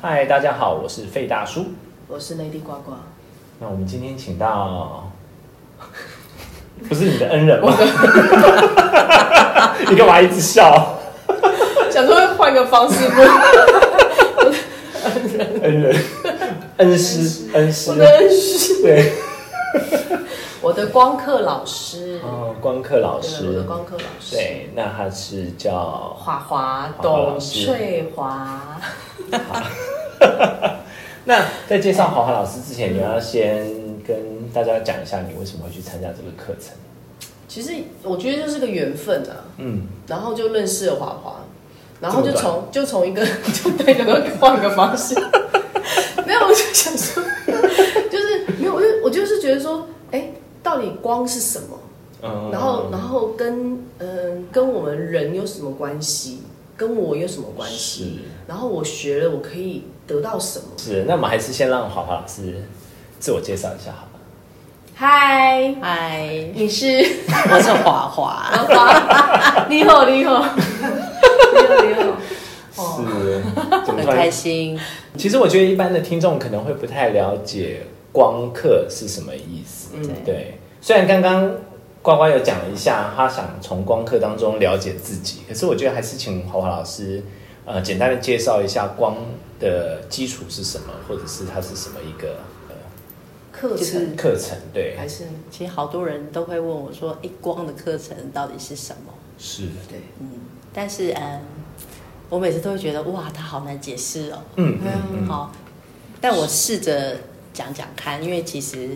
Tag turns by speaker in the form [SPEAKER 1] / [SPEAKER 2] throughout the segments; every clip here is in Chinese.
[SPEAKER 1] 嗨，大家好，我是费大叔。
[SPEAKER 2] 我是 Lady 呱呱，
[SPEAKER 1] 那我们今天请到， 不是你的恩人吗？你干嘛一直笑？
[SPEAKER 2] 想说换个方式录，
[SPEAKER 1] 恩人，恩师，恩师
[SPEAKER 2] 我，的恩师，
[SPEAKER 1] 对，
[SPEAKER 2] 我的光课老师，
[SPEAKER 1] 哦，光课老
[SPEAKER 2] 对，我
[SPEAKER 1] 师
[SPEAKER 2] 的，光课老师，，
[SPEAKER 1] 对，那他是叫
[SPEAKER 2] 华华
[SPEAKER 1] 华华老
[SPEAKER 2] 董
[SPEAKER 1] 师
[SPEAKER 2] 翠华，
[SPEAKER 1] 那在介绍华华老师之前，你要先跟大家讲一下你为什么会去参加这个课程。
[SPEAKER 2] 其实我觉得就是个缘分啊，
[SPEAKER 1] 嗯，
[SPEAKER 2] 然后就认识了华华，然后
[SPEAKER 1] 这
[SPEAKER 2] 就
[SPEAKER 1] 么短
[SPEAKER 2] 从就从一个 就对，然后换个 方式，没有，我就想说，就是没有，我就我就是觉得说，哎，到底光是什么？
[SPEAKER 1] 嗯
[SPEAKER 2] 然后，然后跟嗯、跟我们人有什么关系？跟我有什么关系？然后我学了，我可以得到什么？
[SPEAKER 1] 是，那我们还是先让华华老师自我介绍一下好了。
[SPEAKER 2] 嗨，
[SPEAKER 3] 嗨，
[SPEAKER 2] 你是
[SPEAKER 3] 我是华华。
[SPEAKER 2] 你好，你好，你好，你好。哦，
[SPEAKER 1] 是，怎么
[SPEAKER 3] 很
[SPEAKER 1] 突
[SPEAKER 3] 开
[SPEAKER 1] 然？
[SPEAKER 3] 心，
[SPEAKER 1] 其实我觉得一般的听众可能会不太了解光刻是什么意思。
[SPEAKER 2] 嗯
[SPEAKER 1] 对，虽然刚刚呱呱有讲了一下，他想从光刻当中了解自己，可是我觉得还是请华华老师呃简单的介绍一下光的基础是什么，或者是它是什么一个呃
[SPEAKER 2] 课
[SPEAKER 3] 就
[SPEAKER 2] 程
[SPEAKER 3] 是
[SPEAKER 1] 课程。对，
[SPEAKER 2] 还是
[SPEAKER 3] 其实好多人都会问我说：“诶，光的课程到底是什么
[SPEAKER 1] 是，
[SPEAKER 2] 对，？”
[SPEAKER 3] 但是，嗯，我每次都会觉得哇，它好难解释哦。
[SPEAKER 1] 嗯嗯嗯，
[SPEAKER 3] 好，但我试着讲讲看，因为其实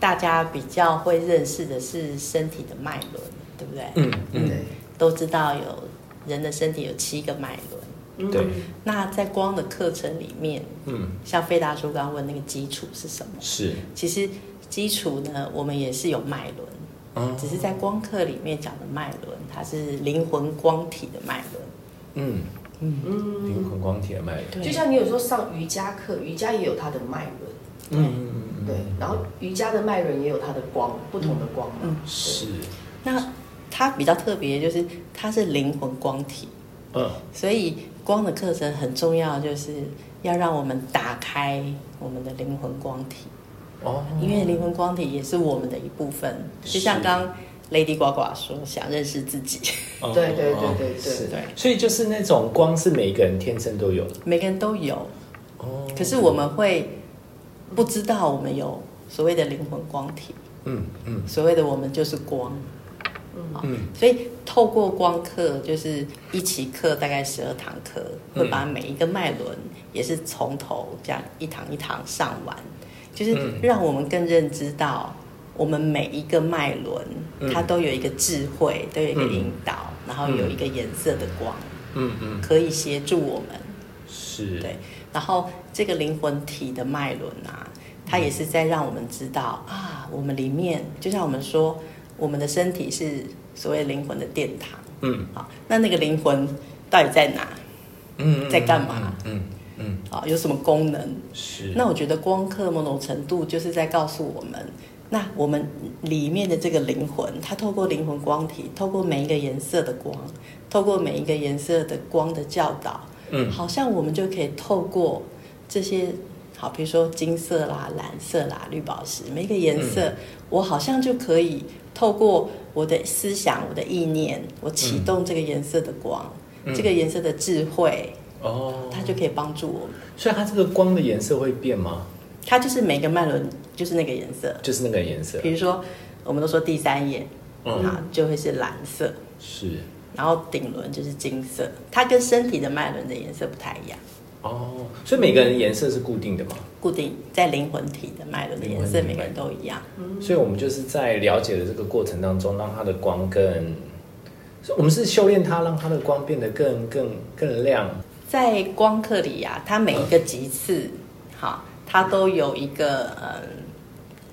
[SPEAKER 3] 大家比较会认识的是身体的脉轮，对不对？
[SPEAKER 1] 嗯嗯
[SPEAKER 2] 对，
[SPEAKER 3] 都知道有人的身体有七个脉轮。
[SPEAKER 2] 嗯
[SPEAKER 1] 对，
[SPEAKER 3] 那在光的课程里面，
[SPEAKER 1] 嗯
[SPEAKER 3] 像费大叔刚刚问那个基础是什么？
[SPEAKER 1] 是，
[SPEAKER 3] 其实基础呢，我们也是有脉轮，
[SPEAKER 1] 嗯
[SPEAKER 3] 只是在光课里面讲的脉轮，它是灵魂光体的脉轮。
[SPEAKER 1] 嗯嗯，灵魂光铁脉，
[SPEAKER 3] 对
[SPEAKER 2] 就像你有时候上瑜伽课，瑜伽也有它的脉轮，
[SPEAKER 1] 嗯嗯嗯
[SPEAKER 2] 对，然后瑜伽的脉轮也有它的光，不同的光嘛。
[SPEAKER 3] 嗯
[SPEAKER 1] 是，
[SPEAKER 3] 那它比较特别，就是它是灵魂光体，
[SPEAKER 1] 嗯
[SPEAKER 3] 所以光的课程很重要，就是要让我们打开我们的灵魂光体，
[SPEAKER 1] 哦，
[SPEAKER 3] 因为灵魂光体也是我们的一部分。
[SPEAKER 1] 是
[SPEAKER 3] 就像刚 Lady 呱呱说，想认识自己，
[SPEAKER 1] 哦
[SPEAKER 2] 对对
[SPEAKER 1] 哦
[SPEAKER 2] 对对
[SPEAKER 1] 是
[SPEAKER 3] 对
[SPEAKER 1] 所以就是那种光是每一个人天生都有的
[SPEAKER 3] 每个人都有，
[SPEAKER 1] 哦
[SPEAKER 3] 可是我们会不知道我们有所谓的灵魂光体。
[SPEAKER 1] 嗯嗯
[SPEAKER 3] 所谓的我们就是光，
[SPEAKER 2] 嗯
[SPEAKER 3] 好
[SPEAKER 1] 嗯
[SPEAKER 3] 所以透过光课就是一期课大概十二堂课，
[SPEAKER 1] 嗯
[SPEAKER 3] 会把每一个脉轮也是从头这样一堂一堂上完，就是
[SPEAKER 1] 嗯
[SPEAKER 3] 让我们更认知到我们每一个脉轮
[SPEAKER 1] 嗯
[SPEAKER 3] 它都有一个智慧，都有一个
[SPEAKER 1] 嗯
[SPEAKER 3] 引导，然后有一个颜色的光
[SPEAKER 1] 嗯嗯
[SPEAKER 3] 可以协助我们。
[SPEAKER 1] 是
[SPEAKER 3] 对，然后这个灵魂体的脉轮啊，
[SPEAKER 1] 嗯
[SPEAKER 3] 它也是在让我们知道啊，我们里面就像我们说，我们的身体是所谓灵魂的殿堂，
[SPEAKER 1] 嗯
[SPEAKER 3] 好，那那个灵魂到底在哪？
[SPEAKER 1] 嗯嗯
[SPEAKER 3] 在干嘛
[SPEAKER 1] 嗯嗯
[SPEAKER 3] 啊，有什么功能？
[SPEAKER 1] 嗯是
[SPEAKER 3] 那我觉得光刻某种程度就是在告诉我们，那我们里面的这个灵魂，它透过灵魂光体，透过每一个颜色的光，透过每一个颜色的光的教导，
[SPEAKER 1] 嗯
[SPEAKER 3] 好像我们就可以透过这些，好，比如说金色啦、蓝色啦、绿宝石，每一个颜色，
[SPEAKER 1] 嗯
[SPEAKER 3] 我好像就可以透过我的思想、我的意念，我启动这个颜色的光，
[SPEAKER 1] 嗯
[SPEAKER 3] 这个颜色的智慧，
[SPEAKER 1] 哦，
[SPEAKER 3] 它就可以帮助我们。
[SPEAKER 1] 所以它这个光的颜色会变吗？
[SPEAKER 3] 它就是每个脉轮就是那个颜色，
[SPEAKER 1] 就是那个颜色
[SPEAKER 3] 比如说我们都说第三眼，
[SPEAKER 1] 嗯
[SPEAKER 3] 啊，就会是蓝色，
[SPEAKER 1] 是
[SPEAKER 3] 然后顶轮就是金色，它跟身体的脉轮的颜色不太一样。
[SPEAKER 1] 哦，所以每个人颜色是固定的嘛？
[SPEAKER 3] 固定在灵魂体的脉轮的颜色，每个人都一样。
[SPEAKER 1] 所以我们就是在了解的这个过程当中，让它的光更，我们是修炼它，让它的光变得更更更亮。
[SPEAKER 3] 在光课里啊，它每一个级次，好，它都有一个嗯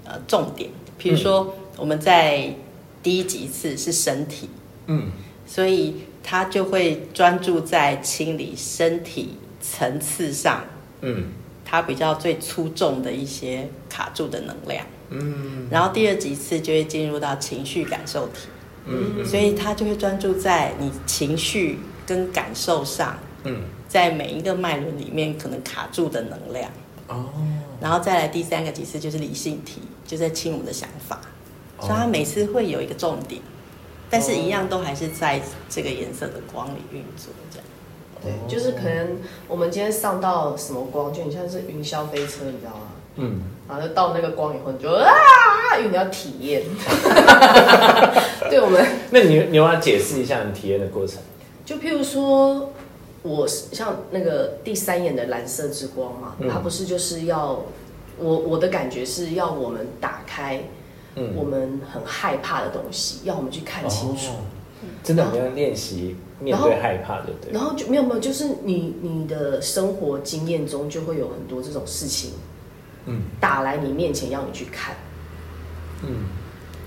[SPEAKER 3] 呃重点。比如说，我们在第一级次是身体，
[SPEAKER 1] 嗯
[SPEAKER 3] 所以它就会专注在清理身体层次上，
[SPEAKER 1] 嗯
[SPEAKER 3] 它比较最粗重的一些卡住的能量。
[SPEAKER 1] 嗯
[SPEAKER 3] 然后第二级次就会进入到情绪感受体。
[SPEAKER 1] 嗯
[SPEAKER 3] 所以他就会专注在你情绪跟感受上，
[SPEAKER 1] 嗯，
[SPEAKER 3] 在每一个脉轮里面可能卡住的能量。
[SPEAKER 1] 哦，
[SPEAKER 3] 然后再来第三个其实就是理性题，就在清我们的想法，
[SPEAKER 1] 哦
[SPEAKER 3] 所以它每次会有一个重点，但是一样都还是在这个颜色的光里运作这样。
[SPEAKER 1] 哦
[SPEAKER 2] 对，就是可能我们今天上到什么光，就很像是云霄飞车，你知道吗？
[SPEAKER 1] 嗯，
[SPEAKER 2] 然后就到那个光以后，你就啊，因为你要体验。 对，我们
[SPEAKER 1] 那你你要不要解释一下你体验的过程。
[SPEAKER 2] 就譬如说，我是像那个第三眼的蓝色之光嘛，
[SPEAKER 1] 嗯
[SPEAKER 2] 它不是就是要我我的感觉是要我们打开
[SPEAKER 1] 嗯，
[SPEAKER 2] 我们很害怕的东西，要我们去看清楚。
[SPEAKER 1] 哦真的，我们要练习面
[SPEAKER 2] 然后
[SPEAKER 1] 对害怕，对不对？
[SPEAKER 2] 然后就没有没有，就是你你的生活经验中就会有很多这种事情
[SPEAKER 1] 嗯
[SPEAKER 2] 打来你面前，要你去看。
[SPEAKER 1] 嗯，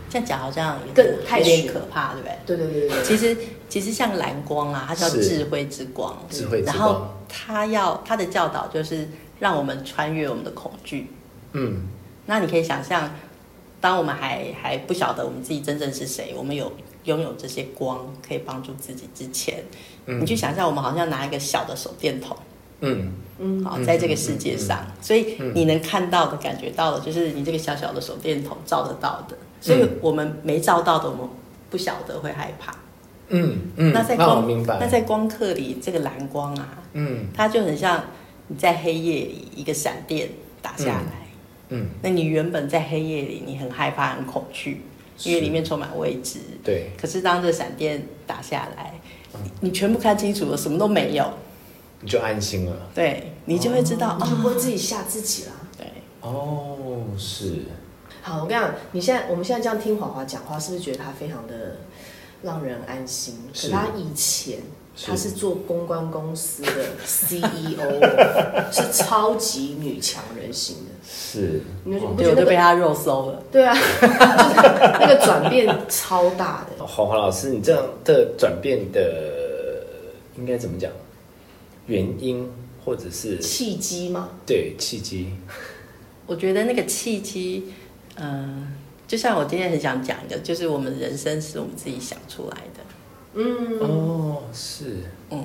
[SPEAKER 3] 这样讲好像有点
[SPEAKER 2] 更太
[SPEAKER 3] 有点
[SPEAKER 2] 玄
[SPEAKER 3] 可怕，对不对？
[SPEAKER 2] 对对对对对，
[SPEAKER 3] 其实其实像蓝光啊，它叫
[SPEAKER 1] 是
[SPEAKER 3] 智慧之光，
[SPEAKER 1] 智慧之
[SPEAKER 3] 然
[SPEAKER 1] 光
[SPEAKER 3] 后它要它的教导就是让我们穿越我们的恐惧。
[SPEAKER 1] 嗯，
[SPEAKER 3] 那你可以想象，当我们还还不晓得我们自己真正是谁，我们有拥有这些光可以帮助自己之前，你去想象我们好像拿一个小的手电筒，
[SPEAKER 1] 嗯，
[SPEAKER 2] 嗯，
[SPEAKER 3] 好，在这个世界上，所以你能看到的、感觉到的，就是你这个小小的手电筒照得到的。所以我们没照到的，我们不晓得会害怕。
[SPEAKER 1] 嗯嗯，
[SPEAKER 3] 那在
[SPEAKER 1] 那我
[SPEAKER 3] 光
[SPEAKER 1] 明白，
[SPEAKER 3] 那在光刻里，这个蓝光啊，
[SPEAKER 1] 嗯
[SPEAKER 3] 它就很像你在黑夜里一个闪电打下来。
[SPEAKER 1] 嗯，
[SPEAKER 3] 那你原本在黑夜里，你很害怕、很恐惧，因为
[SPEAKER 1] 是
[SPEAKER 3] 里面充满未知。
[SPEAKER 1] 对，
[SPEAKER 3] 可是当这个闪电打下来，你全部看清楚了，什么都没有，
[SPEAKER 1] 你就安心了。
[SPEAKER 3] 对你就会知道
[SPEAKER 2] 你就
[SPEAKER 3] 哦
[SPEAKER 2] 不会自己吓自己啦。
[SPEAKER 3] 对，
[SPEAKER 1] 哦，是，
[SPEAKER 2] 好，我跟你讲，你现在我们现在这样听华华讲话，是不是觉得他非常的让人安心？可
[SPEAKER 1] 是
[SPEAKER 2] 是他以前
[SPEAKER 1] 是
[SPEAKER 2] 他是做公关公司的 CEO，是 超级女强人型的，
[SPEAKER 1] 是，
[SPEAKER 2] 你就
[SPEAKER 1] 哦
[SPEAKER 2] 不
[SPEAKER 3] 对，
[SPEAKER 2] 觉
[SPEAKER 3] 我
[SPEAKER 2] 得
[SPEAKER 3] 就
[SPEAKER 2] 那
[SPEAKER 3] 被
[SPEAKER 2] 个？
[SPEAKER 3] 他肉搜了。
[SPEAKER 2] 对啊， 就是那个转变超大的。
[SPEAKER 1] 华哦华老师，你这样的转变的应该怎么讲？原因或者是
[SPEAKER 2] 契机吗？
[SPEAKER 1] 对契机？
[SPEAKER 3] 我觉得那个契机，嗯、就像我今天很想讲的，就是我们人生是我们自己想出来的。
[SPEAKER 2] 嗯，
[SPEAKER 1] 哦，是，
[SPEAKER 3] 嗯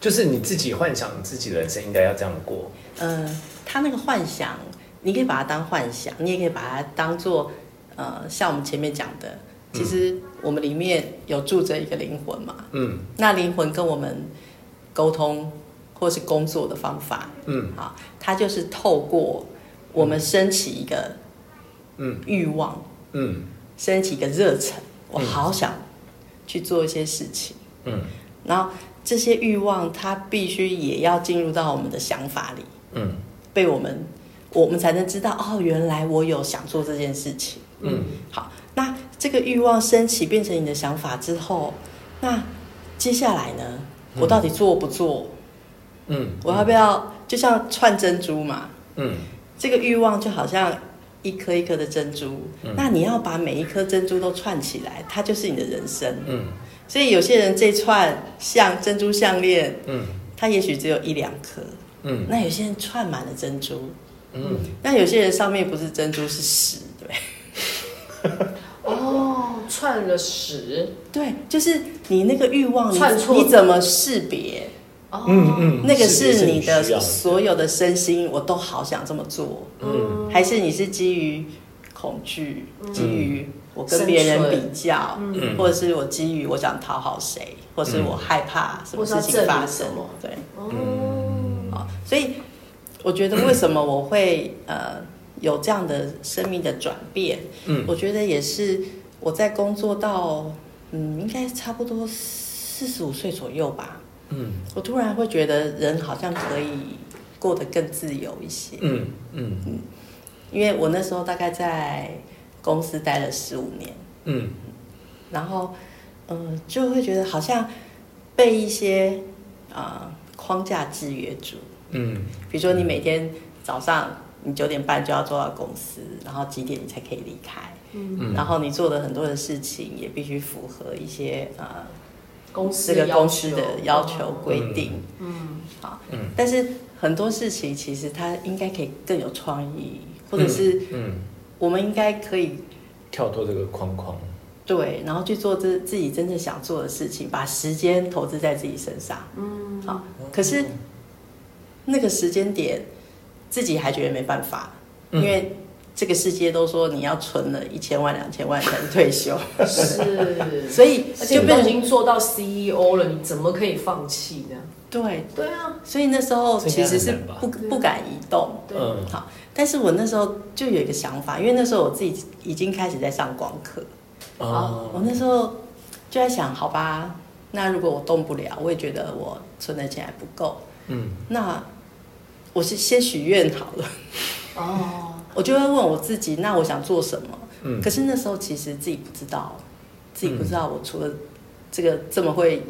[SPEAKER 1] 就是你自己幻想自己的人生应该要这样过。
[SPEAKER 3] 呃，他那个幻想，你可以把它当幻想，你也可以把它当做呃，像我们前面讲的，其实我们里面有住着一个灵魂嘛，
[SPEAKER 1] 嗯
[SPEAKER 3] 那灵魂跟我们沟通或是工作的方法，
[SPEAKER 1] 嗯
[SPEAKER 3] 啊，它就是透过我们升起一个
[SPEAKER 1] 嗯
[SPEAKER 3] 欲望，
[SPEAKER 1] 嗯
[SPEAKER 3] 升起一个热忱，我好想去做一些事情。
[SPEAKER 1] 嗯
[SPEAKER 3] 然后这些欲望，它必须也要进入到我们的想法里，
[SPEAKER 1] 嗯
[SPEAKER 3] 被我们我们才能知道哦，原来我有想做这件事情。
[SPEAKER 1] 嗯
[SPEAKER 3] 好，那这个欲望升起变成你的想法之后，那接下来呢？我到底做不做？
[SPEAKER 1] 嗯，
[SPEAKER 3] 我要不要就像串珍珠嘛？
[SPEAKER 1] 嗯
[SPEAKER 3] 这个欲望就好像一颗一颗的珍珠，
[SPEAKER 1] 嗯
[SPEAKER 3] 那你要把每一颗珍珠都串起来，它就是你的人生。
[SPEAKER 1] 嗯
[SPEAKER 3] 所以有些人这串像珍珠项链，
[SPEAKER 1] 嗯
[SPEAKER 3] 它也许只有一两颗，
[SPEAKER 1] 嗯
[SPEAKER 3] 那有些人串满了珍珠，
[SPEAKER 1] 嗯，
[SPEAKER 3] 那有些人上面不是珍珠是屎，对不对
[SPEAKER 2] 哦，串了十，
[SPEAKER 3] 对，就是你那个欲望，你
[SPEAKER 2] 串错
[SPEAKER 3] 你怎么识别？
[SPEAKER 2] 哦，
[SPEAKER 1] 嗯嗯
[SPEAKER 3] 那个
[SPEAKER 1] 是
[SPEAKER 3] 是
[SPEAKER 1] 是
[SPEAKER 3] 你
[SPEAKER 1] 你需要
[SPEAKER 3] 的
[SPEAKER 1] 的
[SPEAKER 3] 所有的身心，我都好想这么做，
[SPEAKER 1] 嗯
[SPEAKER 3] 还是你是基于恐惧，
[SPEAKER 2] 嗯
[SPEAKER 3] 基于我跟别人比较，
[SPEAKER 1] 嗯
[SPEAKER 3] 或者是我基于我想讨好谁，或是我害怕什么事
[SPEAKER 2] 或是要证
[SPEAKER 3] 情
[SPEAKER 2] 明
[SPEAKER 3] 发生
[SPEAKER 2] 什么，
[SPEAKER 3] 对，
[SPEAKER 2] 哦，
[SPEAKER 3] 啊，所以我觉得为什么我会呃有这样的生命的转变，
[SPEAKER 1] 嗯
[SPEAKER 3] 我觉得也是我在工作到嗯，应该差不多四十五岁左右吧，
[SPEAKER 1] 嗯
[SPEAKER 3] 我突然会觉得人好像可以过得更自由一些，
[SPEAKER 1] 嗯嗯
[SPEAKER 3] 因为我那时候大概在公司待了十五年，
[SPEAKER 1] 嗯
[SPEAKER 3] 然后嗯、呃就会觉得好像被一些啊、呃框架制约住，
[SPEAKER 1] 嗯
[SPEAKER 3] 比如说你每天早上你九点半就要做到公司，然后几点你才可以离开，
[SPEAKER 1] 嗯
[SPEAKER 3] 然后你做的很多的事情也必须符合一些呃
[SPEAKER 2] 公司
[SPEAKER 3] 这个
[SPEAKER 2] 要
[SPEAKER 3] 公司
[SPEAKER 2] 求
[SPEAKER 3] 的要求规定，
[SPEAKER 2] 嗯，
[SPEAKER 3] 啊，
[SPEAKER 1] 嗯
[SPEAKER 3] 但是很多事情其实它应该可以更有创意，或者是
[SPEAKER 1] 嗯
[SPEAKER 3] 我们应该可以
[SPEAKER 1] 跳脱这个框框，
[SPEAKER 3] 对，然后去做自自己真正想做的事情，把时间投资在自己身上。嗯，好，可是那个时间点，自己还觉得没办法，
[SPEAKER 1] 嗯
[SPEAKER 3] 因为这个世界都说你要存了一千万、两千万才能退 休，
[SPEAKER 2] 是，
[SPEAKER 3] 所以
[SPEAKER 2] 而且
[SPEAKER 3] 就
[SPEAKER 2] 你都
[SPEAKER 3] 变
[SPEAKER 2] 已
[SPEAKER 3] 成
[SPEAKER 2] 经做到 CEO 了，你怎么可以放弃呢？
[SPEAKER 3] 对，
[SPEAKER 2] 对啊，
[SPEAKER 3] 所以那时候
[SPEAKER 1] 这应
[SPEAKER 3] 其
[SPEAKER 1] 该
[SPEAKER 3] 实是
[SPEAKER 1] 很难吧
[SPEAKER 3] 不不敢移动。
[SPEAKER 2] 对，
[SPEAKER 1] 嗯
[SPEAKER 3] 好，但是我那时候就有一个想法，因为那时候我自己已经开始在上光课，
[SPEAKER 1] 哦，
[SPEAKER 3] 我那时候就在想，好吧，那如果我动不了，我也觉得我存的钱还不够，
[SPEAKER 1] 嗯，
[SPEAKER 3] 那我是先许愿好了，
[SPEAKER 2] 哦，
[SPEAKER 3] 我就会问我自己，那我想做什么？
[SPEAKER 1] 嗯
[SPEAKER 3] 可是那时候其实自己不知道，自己不知道我除了这个这么会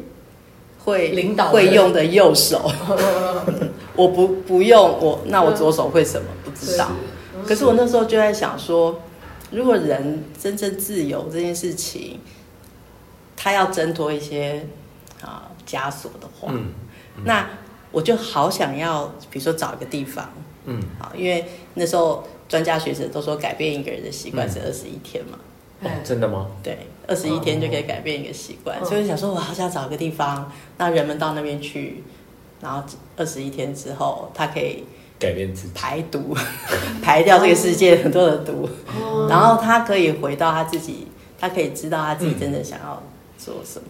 [SPEAKER 3] 会
[SPEAKER 2] 领导人
[SPEAKER 3] 会用的 右手，我不不用我，那
[SPEAKER 2] 嗯
[SPEAKER 3] 我左手会什么？不知道。可是我那时候就在想说，如果人真正自由这件事情，他要挣脱一些啊枷锁的话，
[SPEAKER 1] 嗯
[SPEAKER 3] 那我就好想要，比如说找一个地方，
[SPEAKER 1] 嗯，
[SPEAKER 3] 啊，因为那时候专家学者都说，改变一个人的习惯
[SPEAKER 1] 嗯
[SPEAKER 3] 是二十一天嘛，
[SPEAKER 1] 哦
[SPEAKER 2] 哎，
[SPEAKER 1] 真的吗？
[SPEAKER 3] 对，二十一天就可
[SPEAKER 1] 哦
[SPEAKER 3] 以改变一个习惯，
[SPEAKER 2] 嗯
[SPEAKER 3] 所以我想说，我好想找个地方，那人们到那边去，然后二十一天之后，他可以
[SPEAKER 1] 改变自己，
[SPEAKER 3] 排毒， 排掉这个世界很多的毒，
[SPEAKER 2] 哦
[SPEAKER 3] 然后他可以回到他自己，他可以知道他自己真正想要做什么。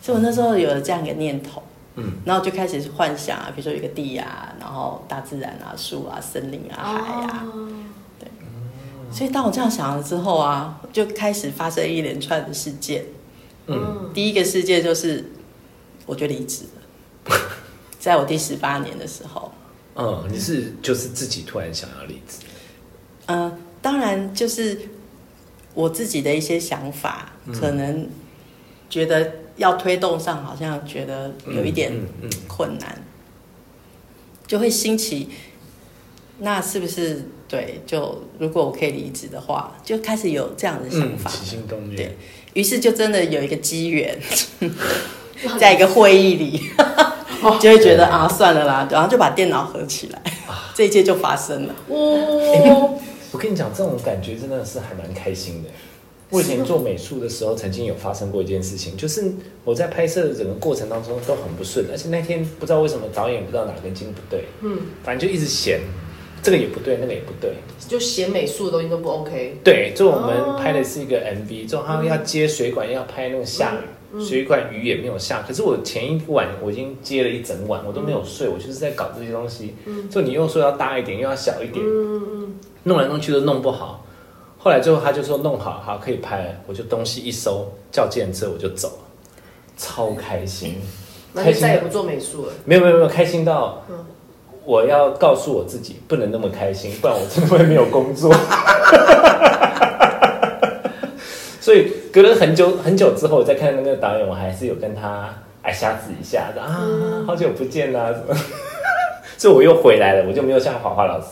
[SPEAKER 3] 所以我那时候有了这样一个念头，
[SPEAKER 1] 嗯，
[SPEAKER 3] 然后就开始幻想啊，比如说有个地啊，然后大自然啊，树啊，森林啊，海啊。
[SPEAKER 2] 哦
[SPEAKER 3] 所以当我这样想了之后啊，就开始发生一连串的事件。
[SPEAKER 1] 嗯，
[SPEAKER 3] 第一个事件就是，我就离职了， 在我第十八年的时候，
[SPEAKER 1] 嗯，你是就是自己突然想要离职，
[SPEAKER 3] 呃，当然就是我自己的一些想法，
[SPEAKER 1] 嗯
[SPEAKER 3] 可能觉得要推动上，好像觉得有一点
[SPEAKER 1] 嗯嗯嗯
[SPEAKER 3] 困难，就会兴起。那是不是对？就如果我可以离职的话，就开始有这样的想
[SPEAKER 1] 嗯，
[SPEAKER 3] 法。
[SPEAKER 1] 起心动念
[SPEAKER 3] 对，于是就真的有一个机缘，
[SPEAKER 2] 让你
[SPEAKER 3] 在一个会议 里，就会觉得
[SPEAKER 1] 哦
[SPEAKER 3] 啊，算了啦，然后就把电脑合起来，
[SPEAKER 1] 啊
[SPEAKER 3] 这一切就发生了。
[SPEAKER 2] 哦，
[SPEAKER 1] 我跟你讲，这种感觉真的是还蛮开心的。我以前做美术的时候，曾经有发生过一件事情，就是我在拍摄的整个过程当中都很不顺，而且那天不知道为什么导演不知道哪根筋不对，
[SPEAKER 2] 嗯，
[SPEAKER 1] 反正就一直嫌这个也不对，那个也不对。
[SPEAKER 2] 就写美术的东西都不 OK，
[SPEAKER 1] 对，就我
[SPEAKER 2] 哦嗯
[SPEAKER 1] 们拍的是一个 MV，就他要接水管，要拍那种下雨，水管雨也没有下。可是我前一晚我已经接了一整晚，我都没有睡，
[SPEAKER 2] 嗯
[SPEAKER 1] 我就是在搞这些东西。就你又说要大一点，又要小一点，
[SPEAKER 2] 嗯
[SPEAKER 1] 弄来弄去都弄不好。后来最后他就说弄好，好可以拍了，我就东西一收，叫计程车我就走了，超开心，
[SPEAKER 2] 那就
[SPEAKER 1] 开心
[SPEAKER 2] 再也
[SPEAKER 1] 到
[SPEAKER 2] 不做美术了。
[SPEAKER 1] 没有没有没有开心到。
[SPEAKER 3] 嗯
[SPEAKER 1] 我要告诉我自己，不能那么开心，不然我真的会没有工作。 所以隔了很久很久之后，我再看那个导演，我还是有跟他哎瞎子一下的啊，
[SPEAKER 3] 嗯
[SPEAKER 1] 好久不见啦、什么。 所以我又回来了，我就没有像华华老师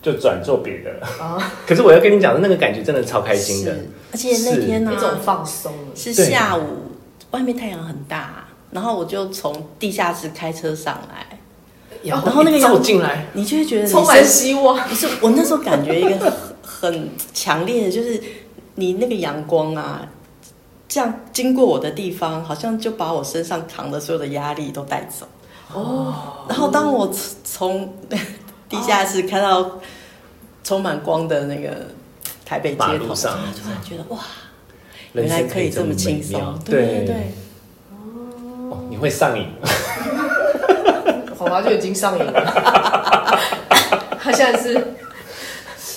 [SPEAKER 1] 就转做别的了。
[SPEAKER 2] 啊，
[SPEAKER 1] 可是我要跟你讲，那个感觉真的超开心的
[SPEAKER 3] 哦是。，而且那天呢、
[SPEAKER 2] 一种放松了。
[SPEAKER 3] 是
[SPEAKER 1] 对
[SPEAKER 3] 下午，外面太阳很大，啊然后我就从地下室开车上来，
[SPEAKER 1] 然
[SPEAKER 3] 然后那个
[SPEAKER 1] 照
[SPEAKER 3] 阳
[SPEAKER 1] 进来，
[SPEAKER 3] 你就会觉得
[SPEAKER 2] 充
[SPEAKER 3] 你
[SPEAKER 2] 满
[SPEAKER 3] 身
[SPEAKER 2] 希望，
[SPEAKER 3] 不是我那时候感觉一个很很强烈的，就是你那个阳光啊，这样经过我的地方，好像就把我身上扛的所有的压力都带走。哦，然后当我从 地下室看到充满光的那个台北街
[SPEAKER 1] 马
[SPEAKER 3] 头
[SPEAKER 1] 路上
[SPEAKER 3] 突然觉得哇，
[SPEAKER 1] 人
[SPEAKER 3] 原来
[SPEAKER 1] 生
[SPEAKER 3] 可以这么
[SPEAKER 1] 么
[SPEAKER 3] 轻
[SPEAKER 1] 美妙
[SPEAKER 3] 松，
[SPEAKER 1] 对
[SPEAKER 3] 对对。
[SPEAKER 1] 哦你会上瘾。
[SPEAKER 2] 华华就已经上瘾了。 他现在是，他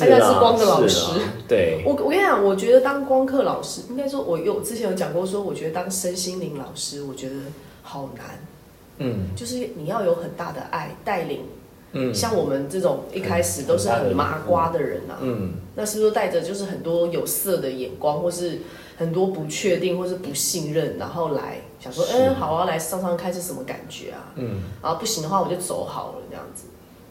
[SPEAKER 2] 现在是光的老师。
[SPEAKER 1] 是啊对，
[SPEAKER 2] 我我跟你讲，我觉得当光课老师，应该说我有之前有讲过说我觉得当身心灵老师，我觉得好难，
[SPEAKER 1] 嗯
[SPEAKER 2] 就是你要有很大的爱带领。
[SPEAKER 1] 嗯
[SPEAKER 2] 像我们这种一开始都是很麻瓜的人啊，
[SPEAKER 1] 嗯，
[SPEAKER 2] 那是不是带着就是很多有色的眼光，或是很多不确定，或是不信任，然后来想说，
[SPEAKER 1] 是
[SPEAKER 2] 嗯，好啊，来上上看是什么感觉啊？
[SPEAKER 1] 嗯，
[SPEAKER 2] 然后不行的话我就走好了这样子。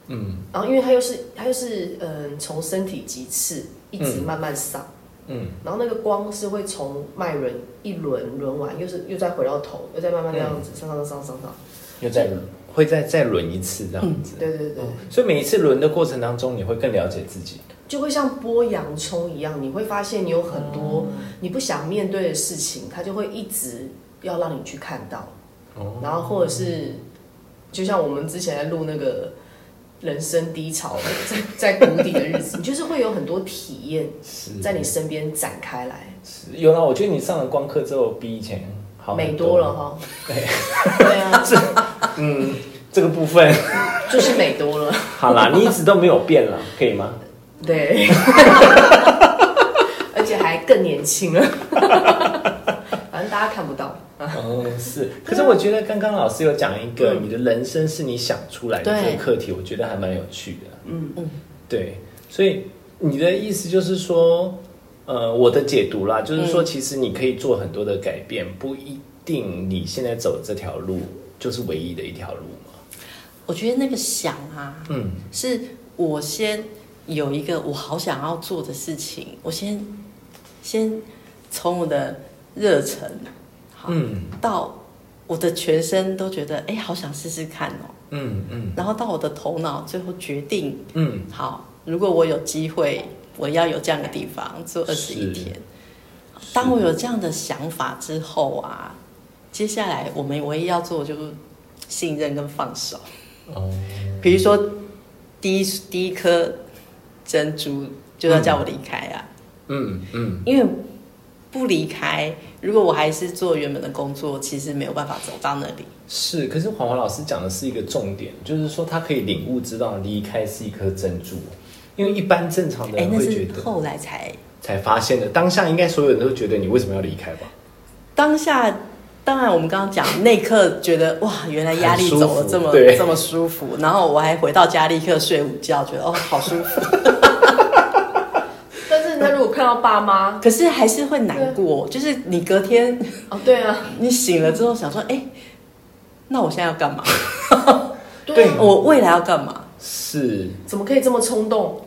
[SPEAKER 1] 嗯，
[SPEAKER 2] 然后因为他又是他又是嗯从身体极次一直慢慢上，
[SPEAKER 1] 嗯，
[SPEAKER 2] 然后那个光是会从脉轮一轮轮完，又是又再回到头，又再慢慢这样子上上上上上，
[SPEAKER 1] 又再会再再轮一次这样子。哦
[SPEAKER 2] 对对对，
[SPEAKER 1] 所以每一次轮的过程当中，你会更了解自己。
[SPEAKER 2] 就会像剥洋葱一样，你会发现你有很
[SPEAKER 1] 哦
[SPEAKER 2] 多你不想面对的事情，它就会一直要让你去看到，
[SPEAKER 1] 哦，
[SPEAKER 2] 然后或者是就像我们之前在录那个人生低潮，在在谷底的日 子，你就是会有很多体验
[SPEAKER 1] 是
[SPEAKER 2] 在你身边展开来，
[SPEAKER 1] 是有啦，我觉得你上了光课之后，比以前好
[SPEAKER 2] 美
[SPEAKER 1] 很
[SPEAKER 2] 多
[SPEAKER 1] 多
[SPEAKER 2] 了。哈。对， 啊，
[SPEAKER 1] 嗯，这个部分
[SPEAKER 2] 就是美多了。
[SPEAKER 1] 好啦，你一直都没有变啦，可以吗？
[SPEAKER 2] 对，而且还更年轻了， 反正大家看不到。
[SPEAKER 1] 哦，
[SPEAKER 3] 啊
[SPEAKER 1] 是。可是我觉得刚刚老师有讲一个，你的人生是你想出来的
[SPEAKER 3] 嗯对
[SPEAKER 1] 这个课题，我觉得还蛮有趣的。嗯嗯，对。所以你的意思就是说，呃，我的解读啦，就是
[SPEAKER 3] 嗯
[SPEAKER 1] 说，其实你可以做很多的改变，不一定你现在走这条路就是唯一的一条路嘛。
[SPEAKER 3] 我觉得那个想啊，
[SPEAKER 1] 嗯，
[SPEAKER 3] 是我先有一个我好想要做的事情，我先先从我的热忱，好，
[SPEAKER 1] 嗯
[SPEAKER 3] 到我的全身都觉得，哎，好想试试看哦，
[SPEAKER 1] 嗯嗯
[SPEAKER 3] 然后到我的头脑最后决定，
[SPEAKER 1] 嗯，
[SPEAKER 3] 好，如果我有机会，我要有这样的地方做二十
[SPEAKER 1] 是
[SPEAKER 3] 一天。当我有这样的想法之后啊，接下来我们唯一要做的就是信任跟放手。
[SPEAKER 1] 哦，
[SPEAKER 3] 比如说第一第一颗珍珠就要叫我离开啊，
[SPEAKER 1] 嗯嗯，
[SPEAKER 3] 因为不离开，如果我还是做原本的工作，其实没有办法走到那里。
[SPEAKER 1] 是。可是黄华老师讲的是一个重点，就是说他可以领悟知道离开是一颗珍珠，因为一般正常的
[SPEAKER 3] 哎，
[SPEAKER 1] 人
[SPEAKER 3] 那
[SPEAKER 1] 会觉
[SPEAKER 3] 是
[SPEAKER 1] 得。
[SPEAKER 3] 后来才
[SPEAKER 1] 才发现的。当下应该所有人都觉得你为什么要离开吧？
[SPEAKER 3] 当下。当然，我们刚刚讲那一刻觉得哇，原来压力
[SPEAKER 1] 很舒
[SPEAKER 3] 走了
[SPEAKER 1] 服
[SPEAKER 3] 这么
[SPEAKER 1] 对
[SPEAKER 3] 这么舒服，然后我还回到家立刻睡午觉，觉得哦好舒 服。
[SPEAKER 2] 但是他如果看到爸妈，
[SPEAKER 3] 可是还是会难过，就是你隔天
[SPEAKER 2] 哦，对啊，
[SPEAKER 3] 你醒了之后想说，哎，那我现在要干嘛？
[SPEAKER 2] 对啊，
[SPEAKER 1] 对
[SPEAKER 3] 我未来要干嘛？
[SPEAKER 1] 是
[SPEAKER 2] 怎么可以这么冲动？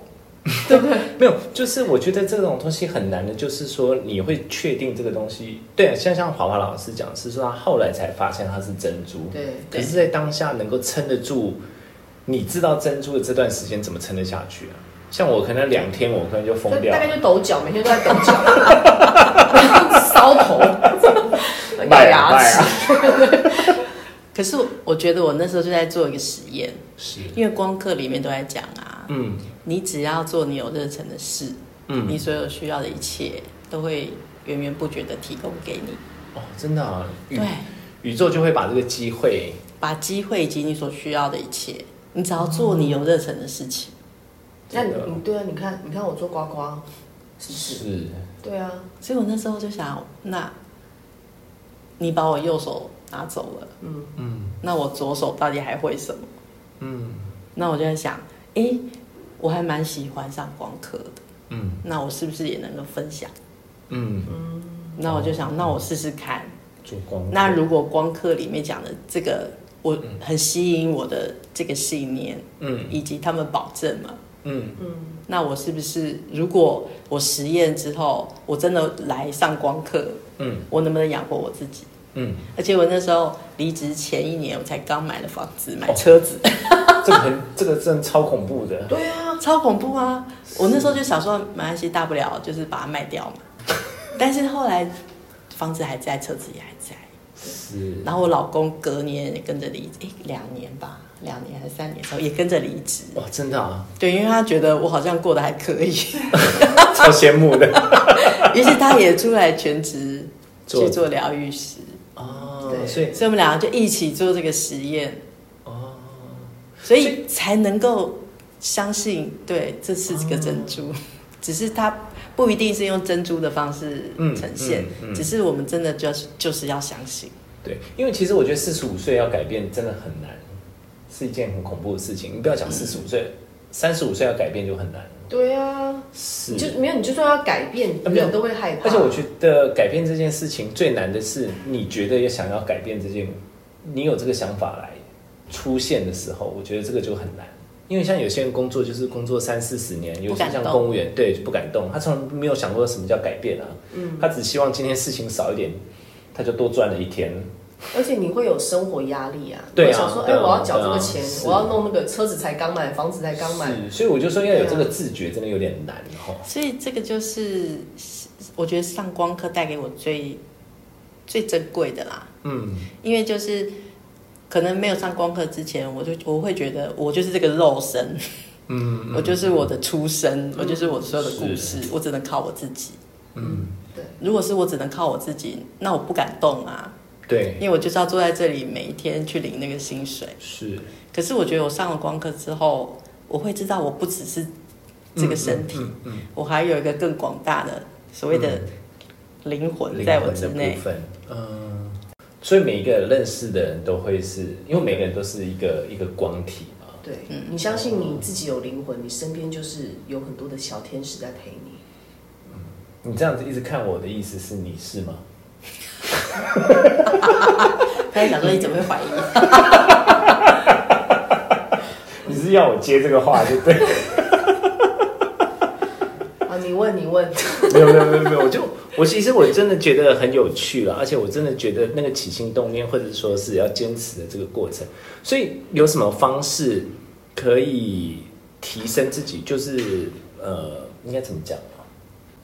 [SPEAKER 1] 没有，就是我觉得这种东西很难的，就是说你会确定这个东西。对，啊像像华华老师讲，是说他后来才发现它是珍珠，
[SPEAKER 2] 对
[SPEAKER 1] 可
[SPEAKER 2] 对
[SPEAKER 1] 是，在当下能够撑得住，你知道珍珠的这段时间怎么撑得下去啊？像我可能两天，我可能就
[SPEAKER 2] 就
[SPEAKER 1] 疯掉
[SPEAKER 2] 大概
[SPEAKER 1] 了。
[SPEAKER 2] 就抖脚，每天都在抖 脚，搔头，咬
[SPEAKER 1] 拜
[SPEAKER 2] 牙
[SPEAKER 1] 拜
[SPEAKER 2] 齿
[SPEAKER 1] 啊。
[SPEAKER 3] 可是我觉得我那时候就在做一个实验，
[SPEAKER 1] 是，
[SPEAKER 3] 因为光课里面都在讲啊，
[SPEAKER 1] 嗯
[SPEAKER 3] 你只要做你有热忱的事，
[SPEAKER 1] 嗯，
[SPEAKER 3] 你所有需要的一切都会源源不绝的提供给你。
[SPEAKER 1] 哦，真的啊，宇
[SPEAKER 3] 对，
[SPEAKER 1] 宇宙就会把这个机会
[SPEAKER 3] 把机会以及你所需要的一切，你只要做你有热忱的事情。
[SPEAKER 2] 那你你对啊，你看你看我做刮刮，是不是？
[SPEAKER 1] 是
[SPEAKER 2] 对啊，
[SPEAKER 3] 所以我那时候就想，那你把我右手拿走了，
[SPEAKER 2] 嗯，
[SPEAKER 1] 嗯
[SPEAKER 3] 那我左手到底还会什么？
[SPEAKER 1] 嗯
[SPEAKER 3] 那我就在想，诶，我还蛮喜欢上光课的，
[SPEAKER 1] 嗯
[SPEAKER 3] 那我是不是也能够分享？
[SPEAKER 1] 嗯，
[SPEAKER 3] 那我就想，那我试试看。
[SPEAKER 1] 做光
[SPEAKER 3] 那
[SPEAKER 1] 刻
[SPEAKER 3] 如果光课里面讲的这个，我很吸引我的这个信念，
[SPEAKER 1] 嗯
[SPEAKER 3] 以及他们保证嘛，
[SPEAKER 1] 嗯
[SPEAKER 3] 那我是不是如果我实验之后，我真的来上光课，
[SPEAKER 1] 嗯
[SPEAKER 3] 我能不能养活我自己？
[SPEAKER 1] 嗯，
[SPEAKER 3] 而且我那时候离职前一年，我才刚买了房子，
[SPEAKER 1] 哦
[SPEAKER 3] 买车子，
[SPEAKER 1] 这个很这个真的超恐怖的。
[SPEAKER 2] 对啊，
[SPEAKER 3] 超恐怖啊！我那时候就想说，没关系，大不了就是把它卖掉嘛。 但是后来房子还在，车子也还在。
[SPEAKER 1] 是
[SPEAKER 3] 然后我老公隔年也跟着离，诶，两年吧，两年还是三年之后也跟着离职。
[SPEAKER 1] 哇，真的啊，
[SPEAKER 3] 对，因为他觉得我好像过得还可以，
[SPEAKER 1] 超羡慕的
[SPEAKER 3] 于是他也出来全职
[SPEAKER 1] 做
[SPEAKER 3] 去做疗愈师，
[SPEAKER 1] 哦
[SPEAKER 2] 对
[SPEAKER 1] 所以
[SPEAKER 3] 所以我们两个就一起做这个实验，
[SPEAKER 1] 哦，
[SPEAKER 3] 所
[SPEAKER 1] 所
[SPEAKER 3] 以才能够相信，对，这是个珍
[SPEAKER 1] 哦
[SPEAKER 3] 珠，只是它不一定是用珍珠的方式
[SPEAKER 1] 嗯
[SPEAKER 3] 呈现，
[SPEAKER 1] 嗯嗯
[SPEAKER 3] 只是我们真的就是就是要相信。
[SPEAKER 1] 对，因为其实我觉得四十五岁要改变真的很难，是一件很恐怖的事情。你不要讲四十五岁，三十五岁要改变就很难。
[SPEAKER 2] 对啊，
[SPEAKER 1] 是
[SPEAKER 2] 你就没有你就算要改变，
[SPEAKER 1] 啊没有
[SPEAKER 2] 人都会害怕。
[SPEAKER 1] 而且我觉得改变这件事情最难的是，你觉得也想要改变这件，你有这个想法来出现的时候，我觉得这个就很难。因为像有些人工作就是工作三四十年，尤
[SPEAKER 3] 不
[SPEAKER 1] 其
[SPEAKER 3] 敢
[SPEAKER 1] 像
[SPEAKER 3] 动
[SPEAKER 1] 公务员，对不敢动，他从来没有想过什么叫改变啊。嗯，他只希望今天事情少一点，他就多赚了一天。
[SPEAKER 2] 而且你会有生活压力啊，
[SPEAKER 1] 对啊
[SPEAKER 2] 你会想说，哎、
[SPEAKER 1] 对啊
[SPEAKER 2] 我要缴这个钱
[SPEAKER 1] 对啊，是
[SPEAKER 2] 我要弄那个车子才刚买，房子才刚买，
[SPEAKER 1] 是，所以我就说要有这个
[SPEAKER 2] 对啊
[SPEAKER 1] 自觉，真的有点难哦哈。
[SPEAKER 3] 所以这个就是我觉得上光课带给我最最珍贵的啦，
[SPEAKER 1] 嗯，
[SPEAKER 3] 因为就是可能没有上光课之前，我就我会觉得我就是这个肉身，
[SPEAKER 1] 嗯，
[SPEAKER 3] 我就是我的出身，我就是我所有的故事，我只能靠我自己。
[SPEAKER 1] 嗯，
[SPEAKER 3] 如果是我只能靠我自己，那我不敢动啊，
[SPEAKER 1] 对，
[SPEAKER 3] 因为我就是要坐在这里每一天去领那个薪水。
[SPEAKER 1] 是，
[SPEAKER 3] 可是我觉得我上了光课之后，我会知道我不只是这个身体，
[SPEAKER 1] 嗯嗯
[SPEAKER 3] 我还有一个更广大的所谓的灵魂
[SPEAKER 1] 灵
[SPEAKER 3] 在我
[SPEAKER 1] 魂
[SPEAKER 3] 之
[SPEAKER 1] 的
[SPEAKER 3] 内
[SPEAKER 1] 部。分，嗯，所以每一个认识的人都会是，因为每个人都是一个一个光体嘛，
[SPEAKER 2] 对，
[SPEAKER 3] 嗯
[SPEAKER 2] 你相信你自己有灵魂，你身边就是有很多的小天使在陪你。
[SPEAKER 1] 你这样子一直看我的意思是你是吗？
[SPEAKER 3] 他在想说你怎么会怀疑？
[SPEAKER 1] 你是要我接这个话就对了，
[SPEAKER 2] 啊，你问，你问，
[SPEAKER 1] 没有没有没有没有，我就我其实我真的觉得很有趣了，而且我真的觉得那个起心动念或者说是要坚持的这个过程，所以有什么方式可以提升自己？就是呃，应该怎么讲啊？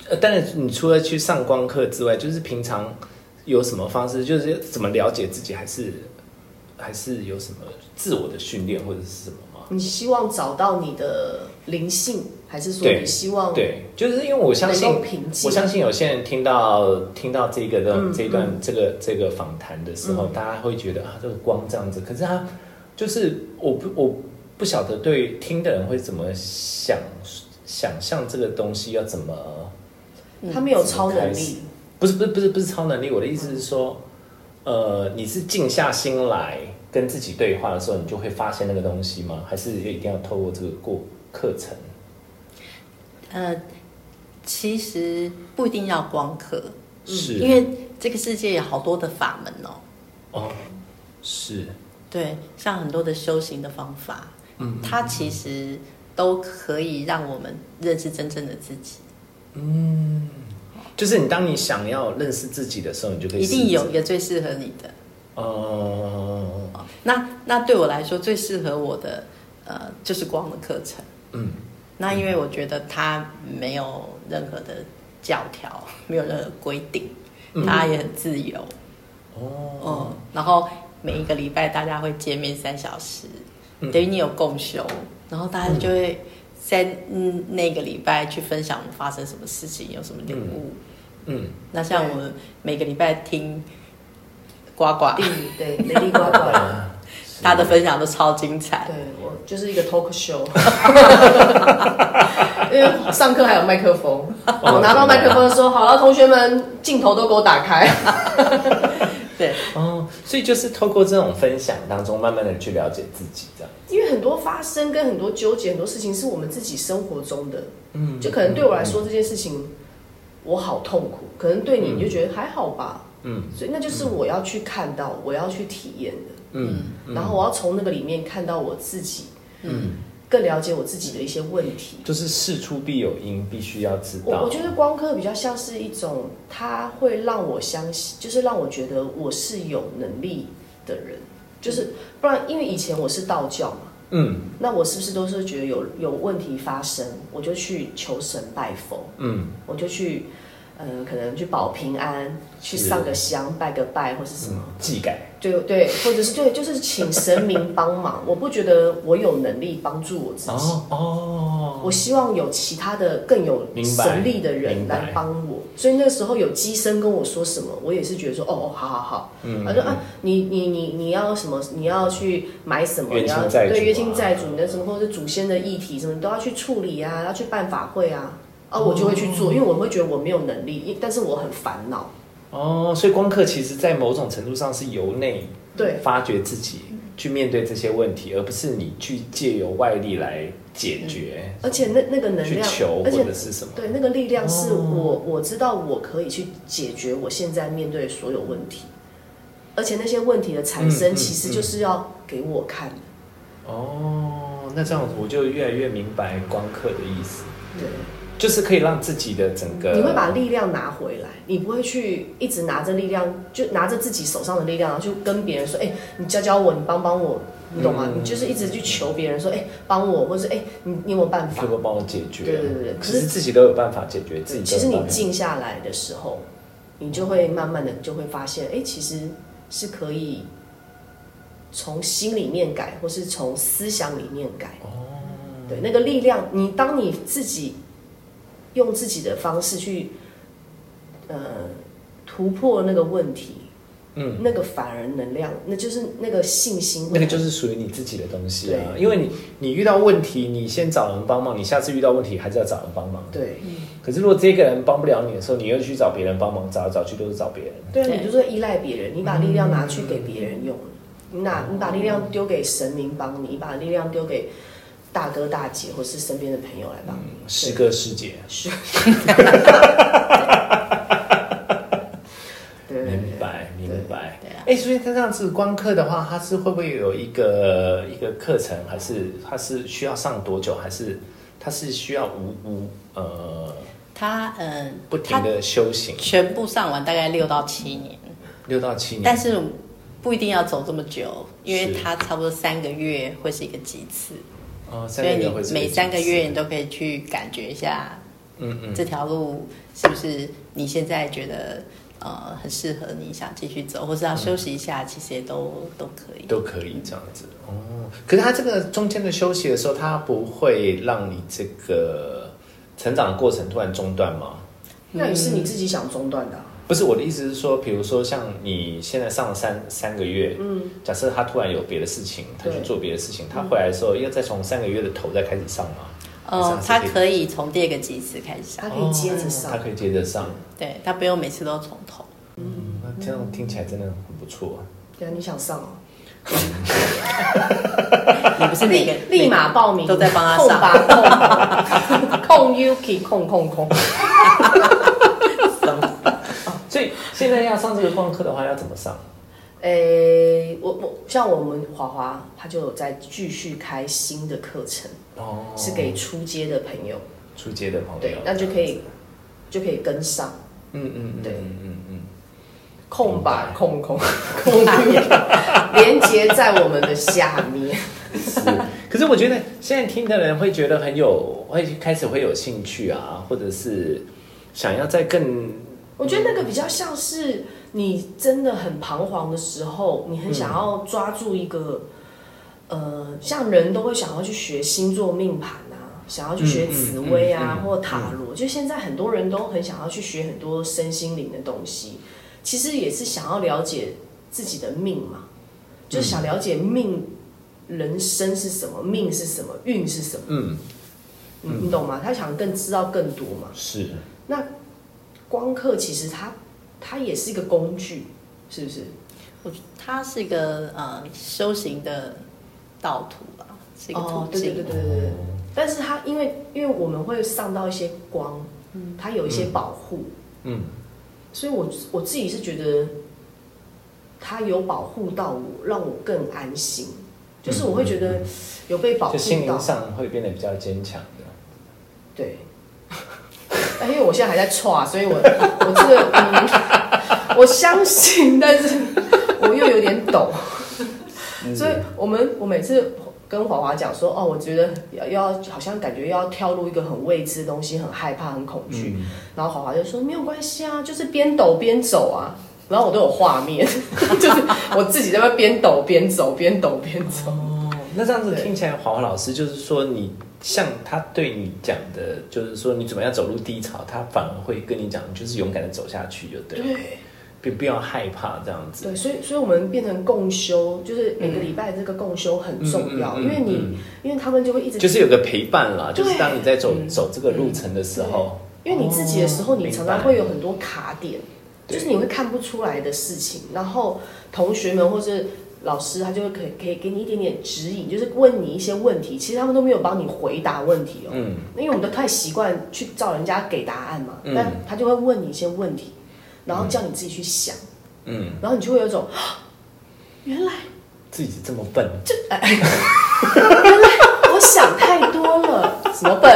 [SPEAKER 1] 呃，当然，你除了去上光课之外，就是平常有什么方式，就是怎么了解自己，还是还是有什么自我的训练或者是什么吗？
[SPEAKER 2] 你希望找到你的灵性，还是说
[SPEAKER 1] 对
[SPEAKER 2] 你希望
[SPEAKER 1] 对，就是因为我相信
[SPEAKER 2] 能够平，静
[SPEAKER 1] 我相信有些人听到听到这个的、
[SPEAKER 3] 嗯
[SPEAKER 1] 这一段这个这个访谈的时候，大家会觉得啊，这个光这样子，可是他就是我不我不晓得对听的人会怎么想想象这个东西要怎么，
[SPEAKER 2] 他们有超能
[SPEAKER 1] 怎么开始
[SPEAKER 2] 力？
[SPEAKER 1] 不是不是不是不是超能力，我的意思是说，
[SPEAKER 3] 嗯
[SPEAKER 1] 呃，你是静下心来跟自己对话的时候，你就会发现那个东西吗？还是一定要透过这个过课程？
[SPEAKER 3] 呃，其实不一定要光课，
[SPEAKER 1] 是
[SPEAKER 3] 嗯因为这个世界有好多的法门哦。
[SPEAKER 1] 哦，是
[SPEAKER 3] 对，像很多的修行的方法，嗯，它其实都可以让我们认识真正的自己。
[SPEAKER 1] 就是你当你想要认识自己的时候，你就可以
[SPEAKER 3] 一定
[SPEAKER 1] 试着
[SPEAKER 3] 有一个最适合你的。
[SPEAKER 1] 哦，
[SPEAKER 3] 哦那那对我来说最适合我的，呃，就是光的课程。
[SPEAKER 1] 嗯，
[SPEAKER 3] 那因为我觉得它没有任何的教条，没有任何规定，
[SPEAKER 1] 嗯
[SPEAKER 3] 它也很自由。
[SPEAKER 1] 哦，
[SPEAKER 3] 嗯，然后每一个礼拜大家会见面三小时，
[SPEAKER 1] 嗯
[SPEAKER 3] 等于你有共修，然后大家就会在嗯那个礼拜去分享我们发生什么事情，有什么领悟。
[SPEAKER 1] 嗯，
[SPEAKER 3] 那像我们每个礼拜听呱呱，
[SPEAKER 2] 地理对，雷利呱 呱，
[SPEAKER 1] 啊
[SPEAKER 3] 他的分享都超精彩
[SPEAKER 2] 对。我就是一个 talk show，因为上课还有麦克风，
[SPEAKER 1] 哦
[SPEAKER 2] 我拿到麦克风说好了，同学们镜头都给我打开。
[SPEAKER 3] 对，
[SPEAKER 1] 哦，所以就是透过这种分享当中，慢慢的去了解自己，这样。
[SPEAKER 2] 因为很多发生跟很多纠结，很多事情是我们自己生活中的，嗯，就可能对我来说这件事情，我好痛苦，可能对你你就觉得还好吧，
[SPEAKER 1] 嗯，
[SPEAKER 2] 所以那就是我要去看到，我要去体验的，
[SPEAKER 1] 嗯
[SPEAKER 2] 然后我要从那个里面看到我自己，
[SPEAKER 1] 嗯，
[SPEAKER 2] 更了解我自己的一些问题。
[SPEAKER 1] 就是事出必有因，必须要知
[SPEAKER 2] 我
[SPEAKER 1] 道。
[SPEAKER 2] 我觉得光科比较像是一种，它会让我相信，就是让我觉得我是有能力的人，就是不然，因为以前我是道教嘛，
[SPEAKER 1] 嗯
[SPEAKER 2] 那我是不是都是觉得有有问题发生，我就去求神拜佛，
[SPEAKER 1] 嗯
[SPEAKER 2] 我就去，呃，可能去保平安，去
[SPEAKER 1] 是
[SPEAKER 2] 上个香拜个拜或是什么，
[SPEAKER 1] 嗯，技改。
[SPEAKER 2] 对对，或者是对，就是请神明帮忙。我不觉得我有能力帮助我自己，
[SPEAKER 1] 哦哦，
[SPEAKER 2] 我希望有其他的更有
[SPEAKER 1] 明白
[SPEAKER 2] 神力的人
[SPEAKER 1] 明白
[SPEAKER 2] 来帮我。所以那时候有机身跟我说什么，我也是觉得说，哦哦，好好好，
[SPEAKER 1] 嗯
[SPEAKER 2] 他说啊，你你你你要什么？你要去买什么？
[SPEAKER 1] 冤
[SPEAKER 2] 你
[SPEAKER 1] 亲
[SPEAKER 2] 要
[SPEAKER 1] 债主啊
[SPEAKER 2] 对冤亲债主，你的什么或者祖先的议题什么，你都要去处理啊，要去办法会啊。啊，我就会去做，因为我会觉得我没有能力，因但是我很烦恼。
[SPEAKER 1] 哦，所以光课其实在某种程度上是由内
[SPEAKER 2] 对
[SPEAKER 1] 发掘自己去面对这些问题，而不是你去借由外力来解决、
[SPEAKER 2] 而且那那个能
[SPEAKER 1] 去
[SPEAKER 2] 量
[SPEAKER 1] 求，
[SPEAKER 2] 而
[SPEAKER 1] 或
[SPEAKER 2] 且
[SPEAKER 1] 者是什么。
[SPEAKER 2] 对那个力量是
[SPEAKER 1] 哦
[SPEAKER 2] 我、我知道我可以去解决我现在面对的所有问题，而且那些问题的产
[SPEAKER 1] 嗯嗯
[SPEAKER 2] 生其实就是要给我看的。
[SPEAKER 1] 哦，那这样我就越来越明白光刻的意思，
[SPEAKER 2] 对，
[SPEAKER 1] 就是可以让自己的整个
[SPEAKER 2] 你会把力量拿回来，你不会去一直拿着力量，就拿着自己手上的力量，然后去跟别人说：“哎、你教教我，你帮帮我。”你懂吗？
[SPEAKER 1] 嗯
[SPEAKER 2] 你就是一直去求别人说：“哎、帮我，或者哎、你你有没有办法
[SPEAKER 1] 可不可以帮我解决？
[SPEAKER 2] 对对对对可
[SPEAKER 1] 其
[SPEAKER 2] 是
[SPEAKER 1] 实自己都有办法解决，自己都有
[SPEAKER 2] 其实你
[SPEAKER 1] 办法
[SPEAKER 2] 静下来的时候，你就会慢慢的就会发现，哎、其实是可以从心里面改，或是从思想里面改。
[SPEAKER 1] 哦
[SPEAKER 2] 对，那个力量，你当你自己用自己的方式去，呃，突破那个问题，
[SPEAKER 1] 嗯，
[SPEAKER 2] 那个反而能量，那就是那个信心，
[SPEAKER 1] 那个就是属于你自己的东西啊。因为你你遇到问题，你先找人帮忙，你下次遇到问题还是要找人帮忙。
[SPEAKER 2] 对，
[SPEAKER 1] 可是如果这个人帮不了你的时候，你又去找别人帮忙，找来找去都是找别人。
[SPEAKER 2] 对啊，
[SPEAKER 3] 对
[SPEAKER 2] 你就是依赖别人，你把力量拿去给别人用，你
[SPEAKER 3] 嗯
[SPEAKER 2] 拿你把力量丢给神明帮你，你把力量丢给大哥大姐或是身边的朋友来帮
[SPEAKER 3] 嗯
[SPEAKER 2] 你。
[SPEAKER 1] 师哥师姐，
[SPEAKER 2] 是，
[SPEAKER 1] 明
[SPEAKER 2] 对对
[SPEAKER 3] 嗯
[SPEAKER 2] 对，
[SPEAKER 1] 白明白。
[SPEAKER 3] 对啊
[SPEAKER 1] 哎、所以他这样子光课的话，他是会不会有一个呃一个课程，还是他是需要上多久，还是他是需要无无呃
[SPEAKER 3] 他嗯，
[SPEAKER 1] 不停
[SPEAKER 3] 他
[SPEAKER 1] 的修行
[SPEAKER 3] 全部上完大概六到七年，
[SPEAKER 1] 六到七年？
[SPEAKER 3] 但是不一定要走这么久，因为
[SPEAKER 1] 是
[SPEAKER 3] 他差不多三个月会是一个几次，
[SPEAKER 1] 哦，
[SPEAKER 3] 所
[SPEAKER 1] 三
[SPEAKER 3] 以
[SPEAKER 1] 个月
[SPEAKER 3] 你
[SPEAKER 1] 会是
[SPEAKER 3] 每
[SPEAKER 1] 几
[SPEAKER 3] 三个
[SPEAKER 1] 次
[SPEAKER 3] 月你都可以去感觉一下
[SPEAKER 1] 嗯嗯
[SPEAKER 3] 这条路是不是你现在觉得呃很适合你想继续走，或是要休息一下，其实也都都可以。
[SPEAKER 1] 都可以这样子哦。可是他这个中间的休息的时候，他不会让你这个成长的过程突然中断吗？
[SPEAKER 2] 那也是你自己想中断的啊、
[SPEAKER 1] 不是我的意思是说，比如说像你现在上了三三个月，
[SPEAKER 2] 嗯，
[SPEAKER 1] 假设他突然有别的事情，他去
[SPEAKER 2] 对
[SPEAKER 1] 做别的事情，他回来的时候要再从三个月的头再开始上吗？
[SPEAKER 3] 呃，
[SPEAKER 1] 还
[SPEAKER 3] 他
[SPEAKER 1] 是
[SPEAKER 3] 可以从第二个集次开始
[SPEAKER 2] 他，
[SPEAKER 3] 上
[SPEAKER 2] 可以接着上
[SPEAKER 1] 哦
[SPEAKER 3] 哦
[SPEAKER 1] 他，可以接着上。
[SPEAKER 3] 对他不用每次都从头。
[SPEAKER 1] 嗯，那这样听起来真的很不错啊。
[SPEAKER 2] 对啊，你想上哦，
[SPEAKER 3] 你不是
[SPEAKER 2] 立
[SPEAKER 3] 每个
[SPEAKER 2] 立马报名，
[SPEAKER 3] 都在帮他
[SPEAKER 2] 控
[SPEAKER 3] 上
[SPEAKER 2] 吧，控控 Yuki 控控控，
[SPEAKER 1] 所以现在要上这个光课的话，要怎么上？
[SPEAKER 2] 诶、我我像我们华华，他就有在继续开新的课程，
[SPEAKER 1] 哦，
[SPEAKER 2] 是给初阶的朋友，
[SPEAKER 1] 出街的朋友，
[SPEAKER 2] 对，那就可以就可以跟上
[SPEAKER 1] 嗯嗯嗯，
[SPEAKER 2] 对
[SPEAKER 1] 嗯嗯嗯。
[SPEAKER 2] 空吧空空 空 连接在我们的下面，
[SPEAKER 1] 是，可是我觉得现在听的人会觉得很有，会开始会有兴趣啊，或者是想要再更
[SPEAKER 2] 我觉得那个比较像是你真的很彷徨的时候，你很想要抓住一个，呃，像人都会想要去学星座命盘啊，想要去学紫薇啊、
[SPEAKER 1] 嗯嗯嗯嗯
[SPEAKER 2] 或塔罗，就现在很多人都很想要去学很多身心灵的东西，其实也是想要了解自己的命嘛，就是想了解命。人生是什么？命是什么？运是什么？
[SPEAKER 1] 嗯，
[SPEAKER 2] 你你懂吗？他想更知道更多嘛。
[SPEAKER 1] 是
[SPEAKER 2] 光刻其实它它也是一个工具，是不是？
[SPEAKER 3] 我觉得它是一个呃修行的道途啦，是一个途
[SPEAKER 2] 哦
[SPEAKER 3] 径。，
[SPEAKER 2] 对对对对对对。但是它因为因为我们会上到一些光，它有一些保护，
[SPEAKER 1] 嗯，
[SPEAKER 2] 所以我我自己是觉得它有保护到我，让我更安心。就是我会觉得有被保护
[SPEAKER 1] 就心
[SPEAKER 2] 到
[SPEAKER 1] 灵，上会变得比较坚强的。
[SPEAKER 2] 对。 但因为我现在还在歘，所以我我这个、嗯、 我相信，但是我又有点抖。
[SPEAKER 1] 嗯
[SPEAKER 2] 所以我们我每次跟华华讲说，哦，我觉得要要好像感觉要跳入一个很未知的东西，很害怕，很恐惧。
[SPEAKER 1] 嗯，
[SPEAKER 2] 然后华华就说没有关系啊，就是边抖边走啊。然后我都有画面， 就是我自己在那边抖边走，边抖边走。
[SPEAKER 1] 哦，那这样子
[SPEAKER 2] 对
[SPEAKER 1] 听起来，华华老师就是说你。像他对你讲的，就是说你怎么样走入低潮，他反而会跟你讲，你就是勇敢的走下去就对了，
[SPEAKER 2] 对
[SPEAKER 1] 并不要害怕这样子。
[SPEAKER 2] 对，所以所以我们变成共修，就是每个礼拜这个共修很重要，
[SPEAKER 1] 嗯嗯嗯嗯
[SPEAKER 2] 因为你、因为他们就会一直
[SPEAKER 1] 就是有个陪伴啦，
[SPEAKER 2] 对
[SPEAKER 1] 就是当你在走走这个路程的时候，
[SPEAKER 2] 因为你自己的时候，
[SPEAKER 1] 哦
[SPEAKER 2] 你
[SPEAKER 1] 明
[SPEAKER 2] 常常
[SPEAKER 1] 白
[SPEAKER 2] 会有很多卡点，就是你会看不出来的事情，然后同学们或是老师他就会可以可以给你一点点指引，就是问你一些问题，其实他们都没有帮你回答问题哦，
[SPEAKER 1] 嗯，
[SPEAKER 2] 因为我们都太习惯去照人家给答案嘛，
[SPEAKER 1] 嗯
[SPEAKER 2] 但他就会问你一些问题，然后叫你自己去想，
[SPEAKER 1] 嗯，
[SPEAKER 2] 然后你就会有一种，啊原来
[SPEAKER 1] 自己这么笨，
[SPEAKER 2] 我想太多了，什么笨，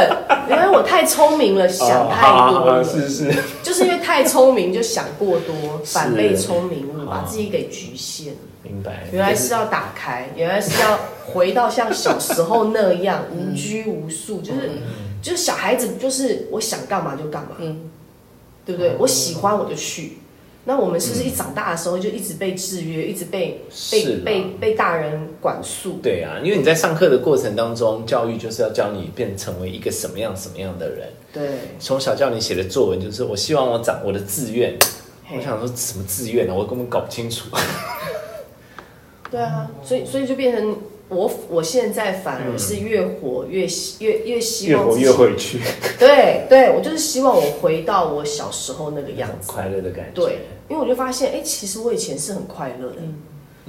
[SPEAKER 2] 原来我太聪明了，想太多了，
[SPEAKER 1] 哦 是是。
[SPEAKER 2] 就是因为太聪明就想过多，
[SPEAKER 1] 是
[SPEAKER 2] 反被聪明误，把
[SPEAKER 1] 哦哎
[SPEAKER 2] 自己给局限。
[SPEAKER 1] 明白，
[SPEAKER 2] 原来
[SPEAKER 1] 就是
[SPEAKER 2] 要打开，原来是要回到像小时候那 样
[SPEAKER 1] 嗯
[SPEAKER 2] 无拘无束，就是就是小孩子，就是我想干嘛就干嘛，
[SPEAKER 3] 嗯
[SPEAKER 2] 对不对？我喜欢我就去，那我们是不是一长大的时候就一直被制约，一直被
[SPEAKER 1] 是
[SPEAKER 2] 被
[SPEAKER 1] 啦
[SPEAKER 2] 被被大人管束？
[SPEAKER 1] 对啊，因为你在上课的过程当中，教育就是要教你变成为一个什么样什么样的人。
[SPEAKER 2] 对，
[SPEAKER 1] 从小叫你写的作文就是我希望我长我的志愿，
[SPEAKER 2] 嘿
[SPEAKER 1] 我想说什么志愿呢、啊我根本搞不清楚。
[SPEAKER 2] 对啊，所以所以就变成我我现在反而是越活越希越越希望自己
[SPEAKER 1] 回去，
[SPEAKER 2] 对对，我就是希望我回到我小时候那个样子。
[SPEAKER 1] 快乐的感觉。
[SPEAKER 2] 对，因为我就发现，哎、其实我以前是很快乐的，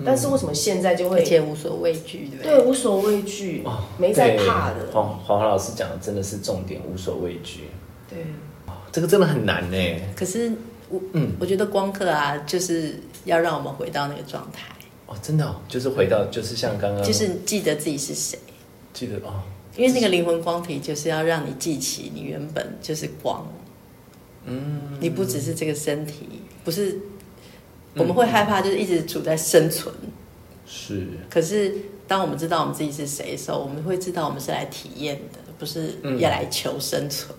[SPEAKER 2] 但是为什么现在就
[SPEAKER 3] 嗯而
[SPEAKER 2] 会
[SPEAKER 3] 且无所畏惧，对不
[SPEAKER 2] 对无所畏惧，没在怕的
[SPEAKER 1] 对？黄黄华老师讲的真的是重点，无所畏惧。
[SPEAKER 2] 对，
[SPEAKER 1] 这个真的很难呢、
[SPEAKER 3] 可是我，
[SPEAKER 1] 嗯
[SPEAKER 3] 我觉得光课啊，就是要让我们回到那个状态，
[SPEAKER 1] 哦，真的、哦，就是回到，就是像刚刚，
[SPEAKER 3] 就是记得自己是谁，
[SPEAKER 1] 记得哦，
[SPEAKER 3] 因为那个灵魂光体就是要让你记起你原本就是光，嗯，你不只是这个身体，不是我们会害怕，就是一直处在生存，
[SPEAKER 1] 是
[SPEAKER 3] 可是当我们知道我们自己是谁的时候，我们会知道我们是来体验的，不是
[SPEAKER 1] 嗯
[SPEAKER 3] 要来求生存。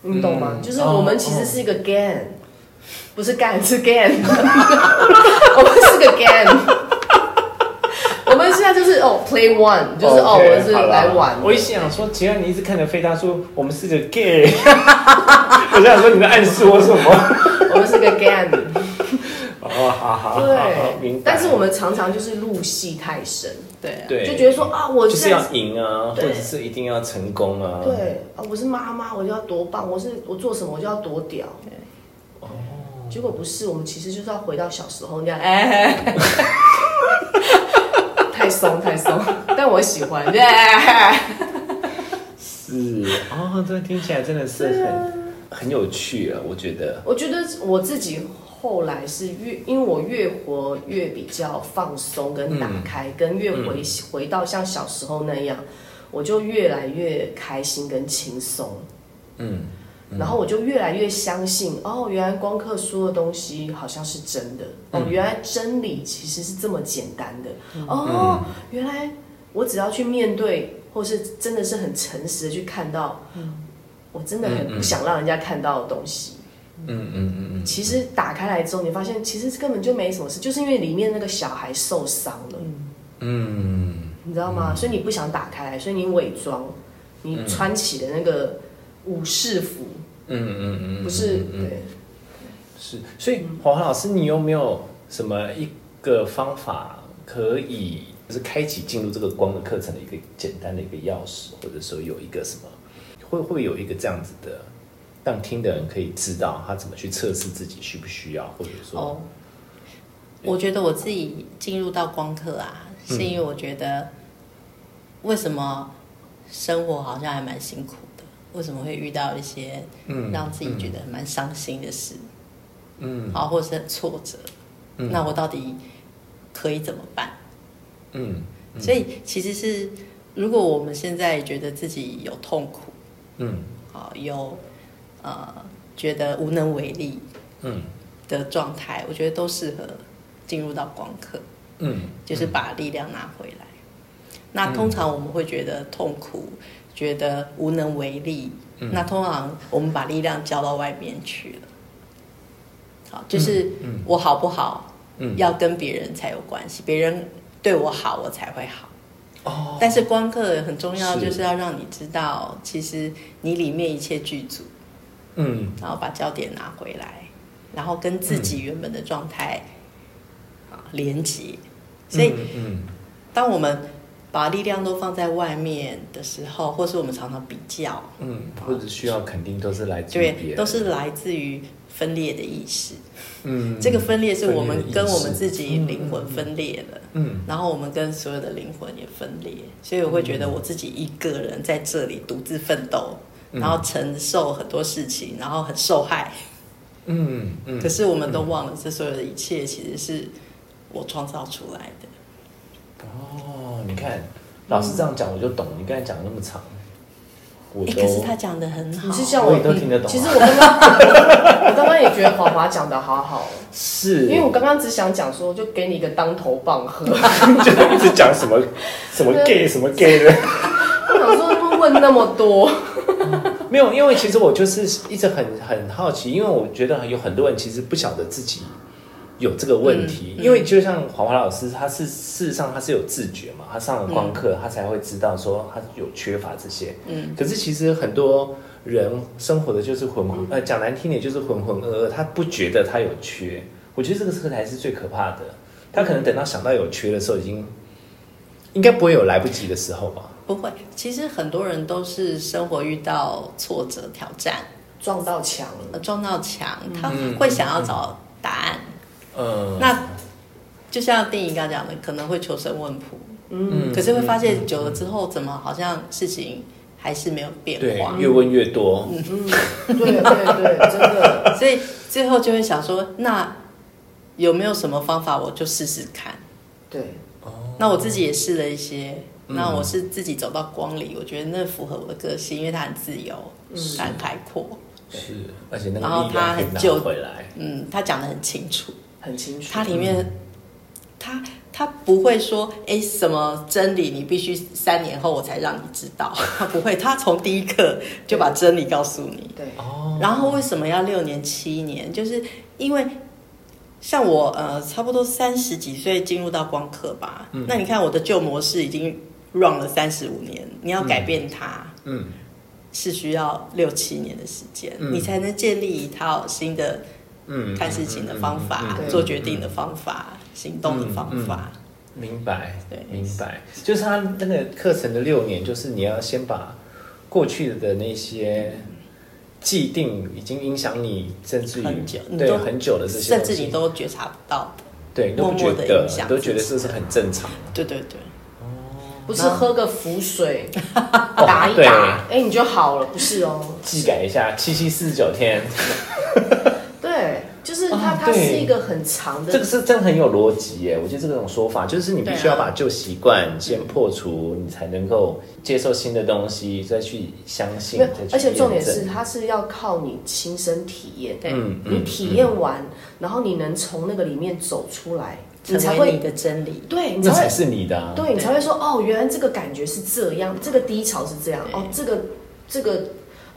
[SPEAKER 2] 你懂吗？
[SPEAKER 1] 嗯
[SPEAKER 2] 就是我们
[SPEAKER 1] 哦
[SPEAKER 2] 其实是一个 gan，、不是干是 gan，我们是个 gan。我们现在就是哦，play one，就是哦，我
[SPEAKER 1] OK，
[SPEAKER 2] 们是
[SPEAKER 1] 好啦
[SPEAKER 2] 来玩的。
[SPEAKER 1] 我一想说，既然你一直看着飞大叔，我们是个 gay，我想说你在暗示我什么？
[SPEAKER 2] 我们是个 gan，
[SPEAKER 1] 哦， 好 好好，好明白。。
[SPEAKER 2] 对但是我们常常就是入戏太深，
[SPEAKER 3] 对、啊，
[SPEAKER 1] 对
[SPEAKER 2] 就觉得说啊，我
[SPEAKER 1] 就是
[SPEAKER 2] 现在
[SPEAKER 1] 要赢啊，或
[SPEAKER 2] 对
[SPEAKER 1] 者是一定要成功啊。
[SPEAKER 2] 对啊，我是妈妈，我就要多棒，我是我做什么我就要多屌。结果不是，我们其实就是要回到小时候那样，哎， 太松太松，但我喜欢， 哎，
[SPEAKER 1] 是哦，这听起来真的是
[SPEAKER 3] 啊
[SPEAKER 1] 很很有趣啊，我觉得。
[SPEAKER 2] 我觉得我自己后来是越，因为我越活越比较放松跟打开，跟越回回到像小时候那样，我就越来越开心跟轻松。
[SPEAKER 1] 嗯，
[SPEAKER 2] 然后我就越来越相信，哦，原来光刻说的东西好像是真的，哦，
[SPEAKER 1] 嗯
[SPEAKER 2] 原来真理其实是这么简单的，哦，
[SPEAKER 1] 嗯
[SPEAKER 2] 原来我只要去面对，或是真的是很诚实的去看到，我真的很不想让人家看到的东西。
[SPEAKER 1] 嗯嗯嗯嗯，
[SPEAKER 2] 其实打开来之后，你发现其实根本就没什么事，就是因为里面那个小孩受伤了，
[SPEAKER 1] 嗯，
[SPEAKER 2] 你知道吗？所以你不想打开来，所以你伪装，你穿起的那个武士服，
[SPEAKER 1] 嗯嗯嗯，
[SPEAKER 2] 不是
[SPEAKER 1] 嗯嗯
[SPEAKER 2] 对。
[SPEAKER 1] 是。所以
[SPEAKER 3] 嗯
[SPEAKER 1] 华华老师，你有没有什么一个方法可以，就是开启进入这个光的课程的一个简单的一个钥匙，或者说有一个什么，会会有一个这样子的，让听的人可以知道他怎么去测试自己需不需要，或者说，
[SPEAKER 3] 哦，我觉得我自己进入到光课啊，
[SPEAKER 1] 嗯
[SPEAKER 3] 是因为我觉得为什么生活好像还蛮辛苦的，为什么会遇到一些
[SPEAKER 1] 嗯
[SPEAKER 3] 让自己觉得蛮伤心的事，
[SPEAKER 1] 嗯
[SPEAKER 3] 好，或者是很挫折，
[SPEAKER 1] 嗯
[SPEAKER 3] 那我到底可以怎么办？
[SPEAKER 1] 嗯
[SPEAKER 3] 所以其实是，如果我们现在觉得自己有痛苦，
[SPEAKER 1] 嗯
[SPEAKER 3] 好有呃觉得无能为力
[SPEAKER 1] 嗯
[SPEAKER 3] 的状态，我觉得都适合进入到光课。
[SPEAKER 1] 嗯，
[SPEAKER 3] 就是把力量拿回来。那通常我们会觉得痛苦，觉得无能为力。
[SPEAKER 1] 嗯
[SPEAKER 3] 那通常我们把力量交到外面去了。好，就是
[SPEAKER 1] 嗯
[SPEAKER 3] 我好不好，
[SPEAKER 1] 嗯
[SPEAKER 3] 要跟别人才有关系，别人对我好，我才会好。
[SPEAKER 1] 哦，
[SPEAKER 3] 但是光课很重要，
[SPEAKER 1] 是
[SPEAKER 3] 就是要让你知道，其实你里面一切具足，
[SPEAKER 1] 嗯
[SPEAKER 3] 然后把焦点拿回来，然后跟自己原本的状态啊连接。所以
[SPEAKER 1] 嗯
[SPEAKER 3] 当我们把力量都放在外面的时候，或是我们常常比较，
[SPEAKER 1] 嗯，或者需要肯定都是来自于别
[SPEAKER 3] 对，
[SPEAKER 1] 人，
[SPEAKER 3] 都是来自于分裂的意识。
[SPEAKER 1] 嗯，
[SPEAKER 3] 这个分裂是我
[SPEAKER 1] 分裂
[SPEAKER 3] 们
[SPEAKER 1] 的意识
[SPEAKER 3] 跟我们自己灵魂分裂了，
[SPEAKER 1] 嗯
[SPEAKER 3] 然后我们跟所有的灵魂也分裂，所以我会觉得我自己一个人在这里独自奋斗，
[SPEAKER 1] 嗯
[SPEAKER 3] 然后承受很多事情，然后很受害。
[SPEAKER 1] 嗯嗯，
[SPEAKER 3] 可是我们都忘了，这所有的一切其实是我创造出来的。
[SPEAKER 1] 哦，你看老师这样讲我就懂，你刚才讲那么长，我
[SPEAKER 3] 诶
[SPEAKER 1] 都
[SPEAKER 3] 可是他讲的很好，
[SPEAKER 2] 你是像
[SPEAKER 1] 嗯我
[SPEAKER 2] 我
[SPEAKER 1] 也都听得懂啊
[SPEAKER 2] 其实我刚刚，我刚刚也觉得华华讲的 好好哦，
[SPEAKER 1] 是，
[SPEAKER 2] 因为我刚刚只想讲说，就给你一个当头棒喝。
[SPEAKER 1] 就一直讲什么什么 gay 什么 gay 的，
[SPEAKER 2] 我想说，会问那么多，
[SPEAKER 1] 没有，因为其实我就是一直很很好奇，因为我觉得有很多人其实不晓得自己有这个问题，因为就像华华老师，他是事实上他是有自觉嘛，他上了光课，他才会知道说他有缺乏这些。嗯，可是其实很多人生活的就是浑浑，呃，讲难听点就是浑浑噩噩，他不觉得他有缺。我觉得这个是才是最可怕的，他可能等到想到有缺的时候，已经应该不会有来不及的时候吧。
[SPEAKER 3] 不会，其实很多人都是生活遇到挫折、挑战，
[SPEAKER 2] 撞到墙了。
[SPEAKER 3] 呃撞到墙，他会想要找答案。
[SPEAKER 1] 嗯，
[SPEAKER 3] 那就像电影刚刚讲的，可能会求神问卜，
[SPEAKER 1] 嗯
[SPEAKER 3] 可是会发现久了之后，怎么好像事情还是没有变
[SPEAKER 1] 对
[SPEAKER 3] 化，，
[SPEAKER 1] 越问越多。
[SPEAKER 2] 嗯，对对对，真的。
[SPEAKER 3] 所以最后就会想说，那有没有什么方法，我就试试看。
[SPEAKER 2] 对，
[SPEAKER 3] 那我自己也试了一些，
[SPEAKER 1] 哦嗯
[SPEAKER 3] 那我是自己走到光里，我觉得那符合我的个性，因为它很自由，
[SPEAKER 1] 嗯
[SPEAKER 3] 它很开阔，
[SPEAKER 1] 是，而且那
[SPEAKER 3] 然后
[SPEAKER 1] 个力量
[SPEAKER 3] 他
[SPEAKER 1] 可以
[SPEAKER 3] 很
[SPEAKER 1] 拿
[SPEAKER 3] 就
[SPEAKER 1] 啊回来。嗯
[SPEAKER 3] 嗯，它讲得很清楚，
[SPEAKER 2] 很清楚。
[SPEAKER 3] 它里面，它它不会说，哎，什么真理你必须三年后我才让你知道， 它不会，它从第一刻就把真理告诉你。
[SPEAKER 2] 对，
[SPEAKER 1] 哦，
[SPEAKER 3] 然后为什么要六年七年？就是因为像我呃，差不多三十几岁进入到光刻吧，
[SPEAKER 1] 嗯
[SPEAKER 3] 那你看我的旧模式已经 run 了三十五年，你要改变它、
[SPEAKER 1] 嗯，
[SPEAKER 3] 是需要六七年的时间，
[SPEAKER 1] 嗯
[SPEAKER 3] 你才能建立一套新的
[SPEAKER 1] 嗯，
[SPEAKER 3] 看事情的方法、
[SPEAKER 1] 嗯嗯嗯嗯
[SPEAKER 2] 对
[SPEAKER 3] 做决定的方法、行动的方法。
[SPEAKER 1] 明白，
[SPEAKER 3] 对
[SPEAKER 1] 明白，就是他那个课程的六年，就是你要先把过去的那些既定已经影响你，甚至于
[SPEAKER 3] 很久你
[SPEAKER 1] 对
[SPEAKER 3] 都
[SPEAKER 1] 很久的这些
[SPEAKER 3] 甚
[SPEAKER 1] 东西，
[SPEAKER 3] 至你都觉察不到的，
[SPEAKER 1] 对你都不
[SPEAKER 3] 默
[SPEAKER 1] 觉
[SPEAKER 3] 默地
[SPEAKER 1] 得
[SPEAKER 3] 影，响
[SPEAKER 1] 你都觉得
[SPEAKER 3] 自己
[SPEAKER 1] 这是很正常。
[SPEAKER 3] 对对对，
[SPEAKER 2] 不是喝个符水
[SPEAKER 1] 哦
[SPEAKER 2] 打一
[SPEAKER 1] 对
[SPEAKER 2] 打，哎，你就好了，不是哦。
[SPEAKER 1] 技改一下，七七四十九天，
[SPEAKER 2] 对，就是它，
[SPEAKER 1] 啊
[SPEAKER 2] 它
[SPEAKER 1] 对
[SPEAKER 2] 是一个很长
[SPEAKER 1] 这个
[SPEAKER 2] 的，
[SPEAKER 1] 是真的很有逻辑耶。我觉得这种说法就是你必须
[SPEAKER 3] 对啊
[SPEAKER 1] 要把旧习惯先破除，你才能够接受新的东西，再去相信，
[SPEAKER 2] 没有
[SPEAKER 1] 再去
[SPEAKER 2] 而且重点
[SPEAKER 1] 验证
[SPEAKER 2] 是，它是要靠你亲身体验，
[SPEAKER 3] 对
[SPEAKER 1] 嗯
[SPEAKER 2] 你体验完，然后你能从那个里面走出来，你才
[SPEAKER 3] 成为你
[SPEAKER 2] 会，
[SPEAKER 3] 的 真理。
[SPEAKER 2] 对，你
[SPEAKER 1] 那才
[SPEAKER 2] 才会。
[SPEAKER 1] 是你的、啊。
[SPEAKER 2] 对你才会说哦，原来这个感觉是这样，这个低潮是这样，
[SPEAKER 3] 对
[SPEAKER 2] 哦，这个这个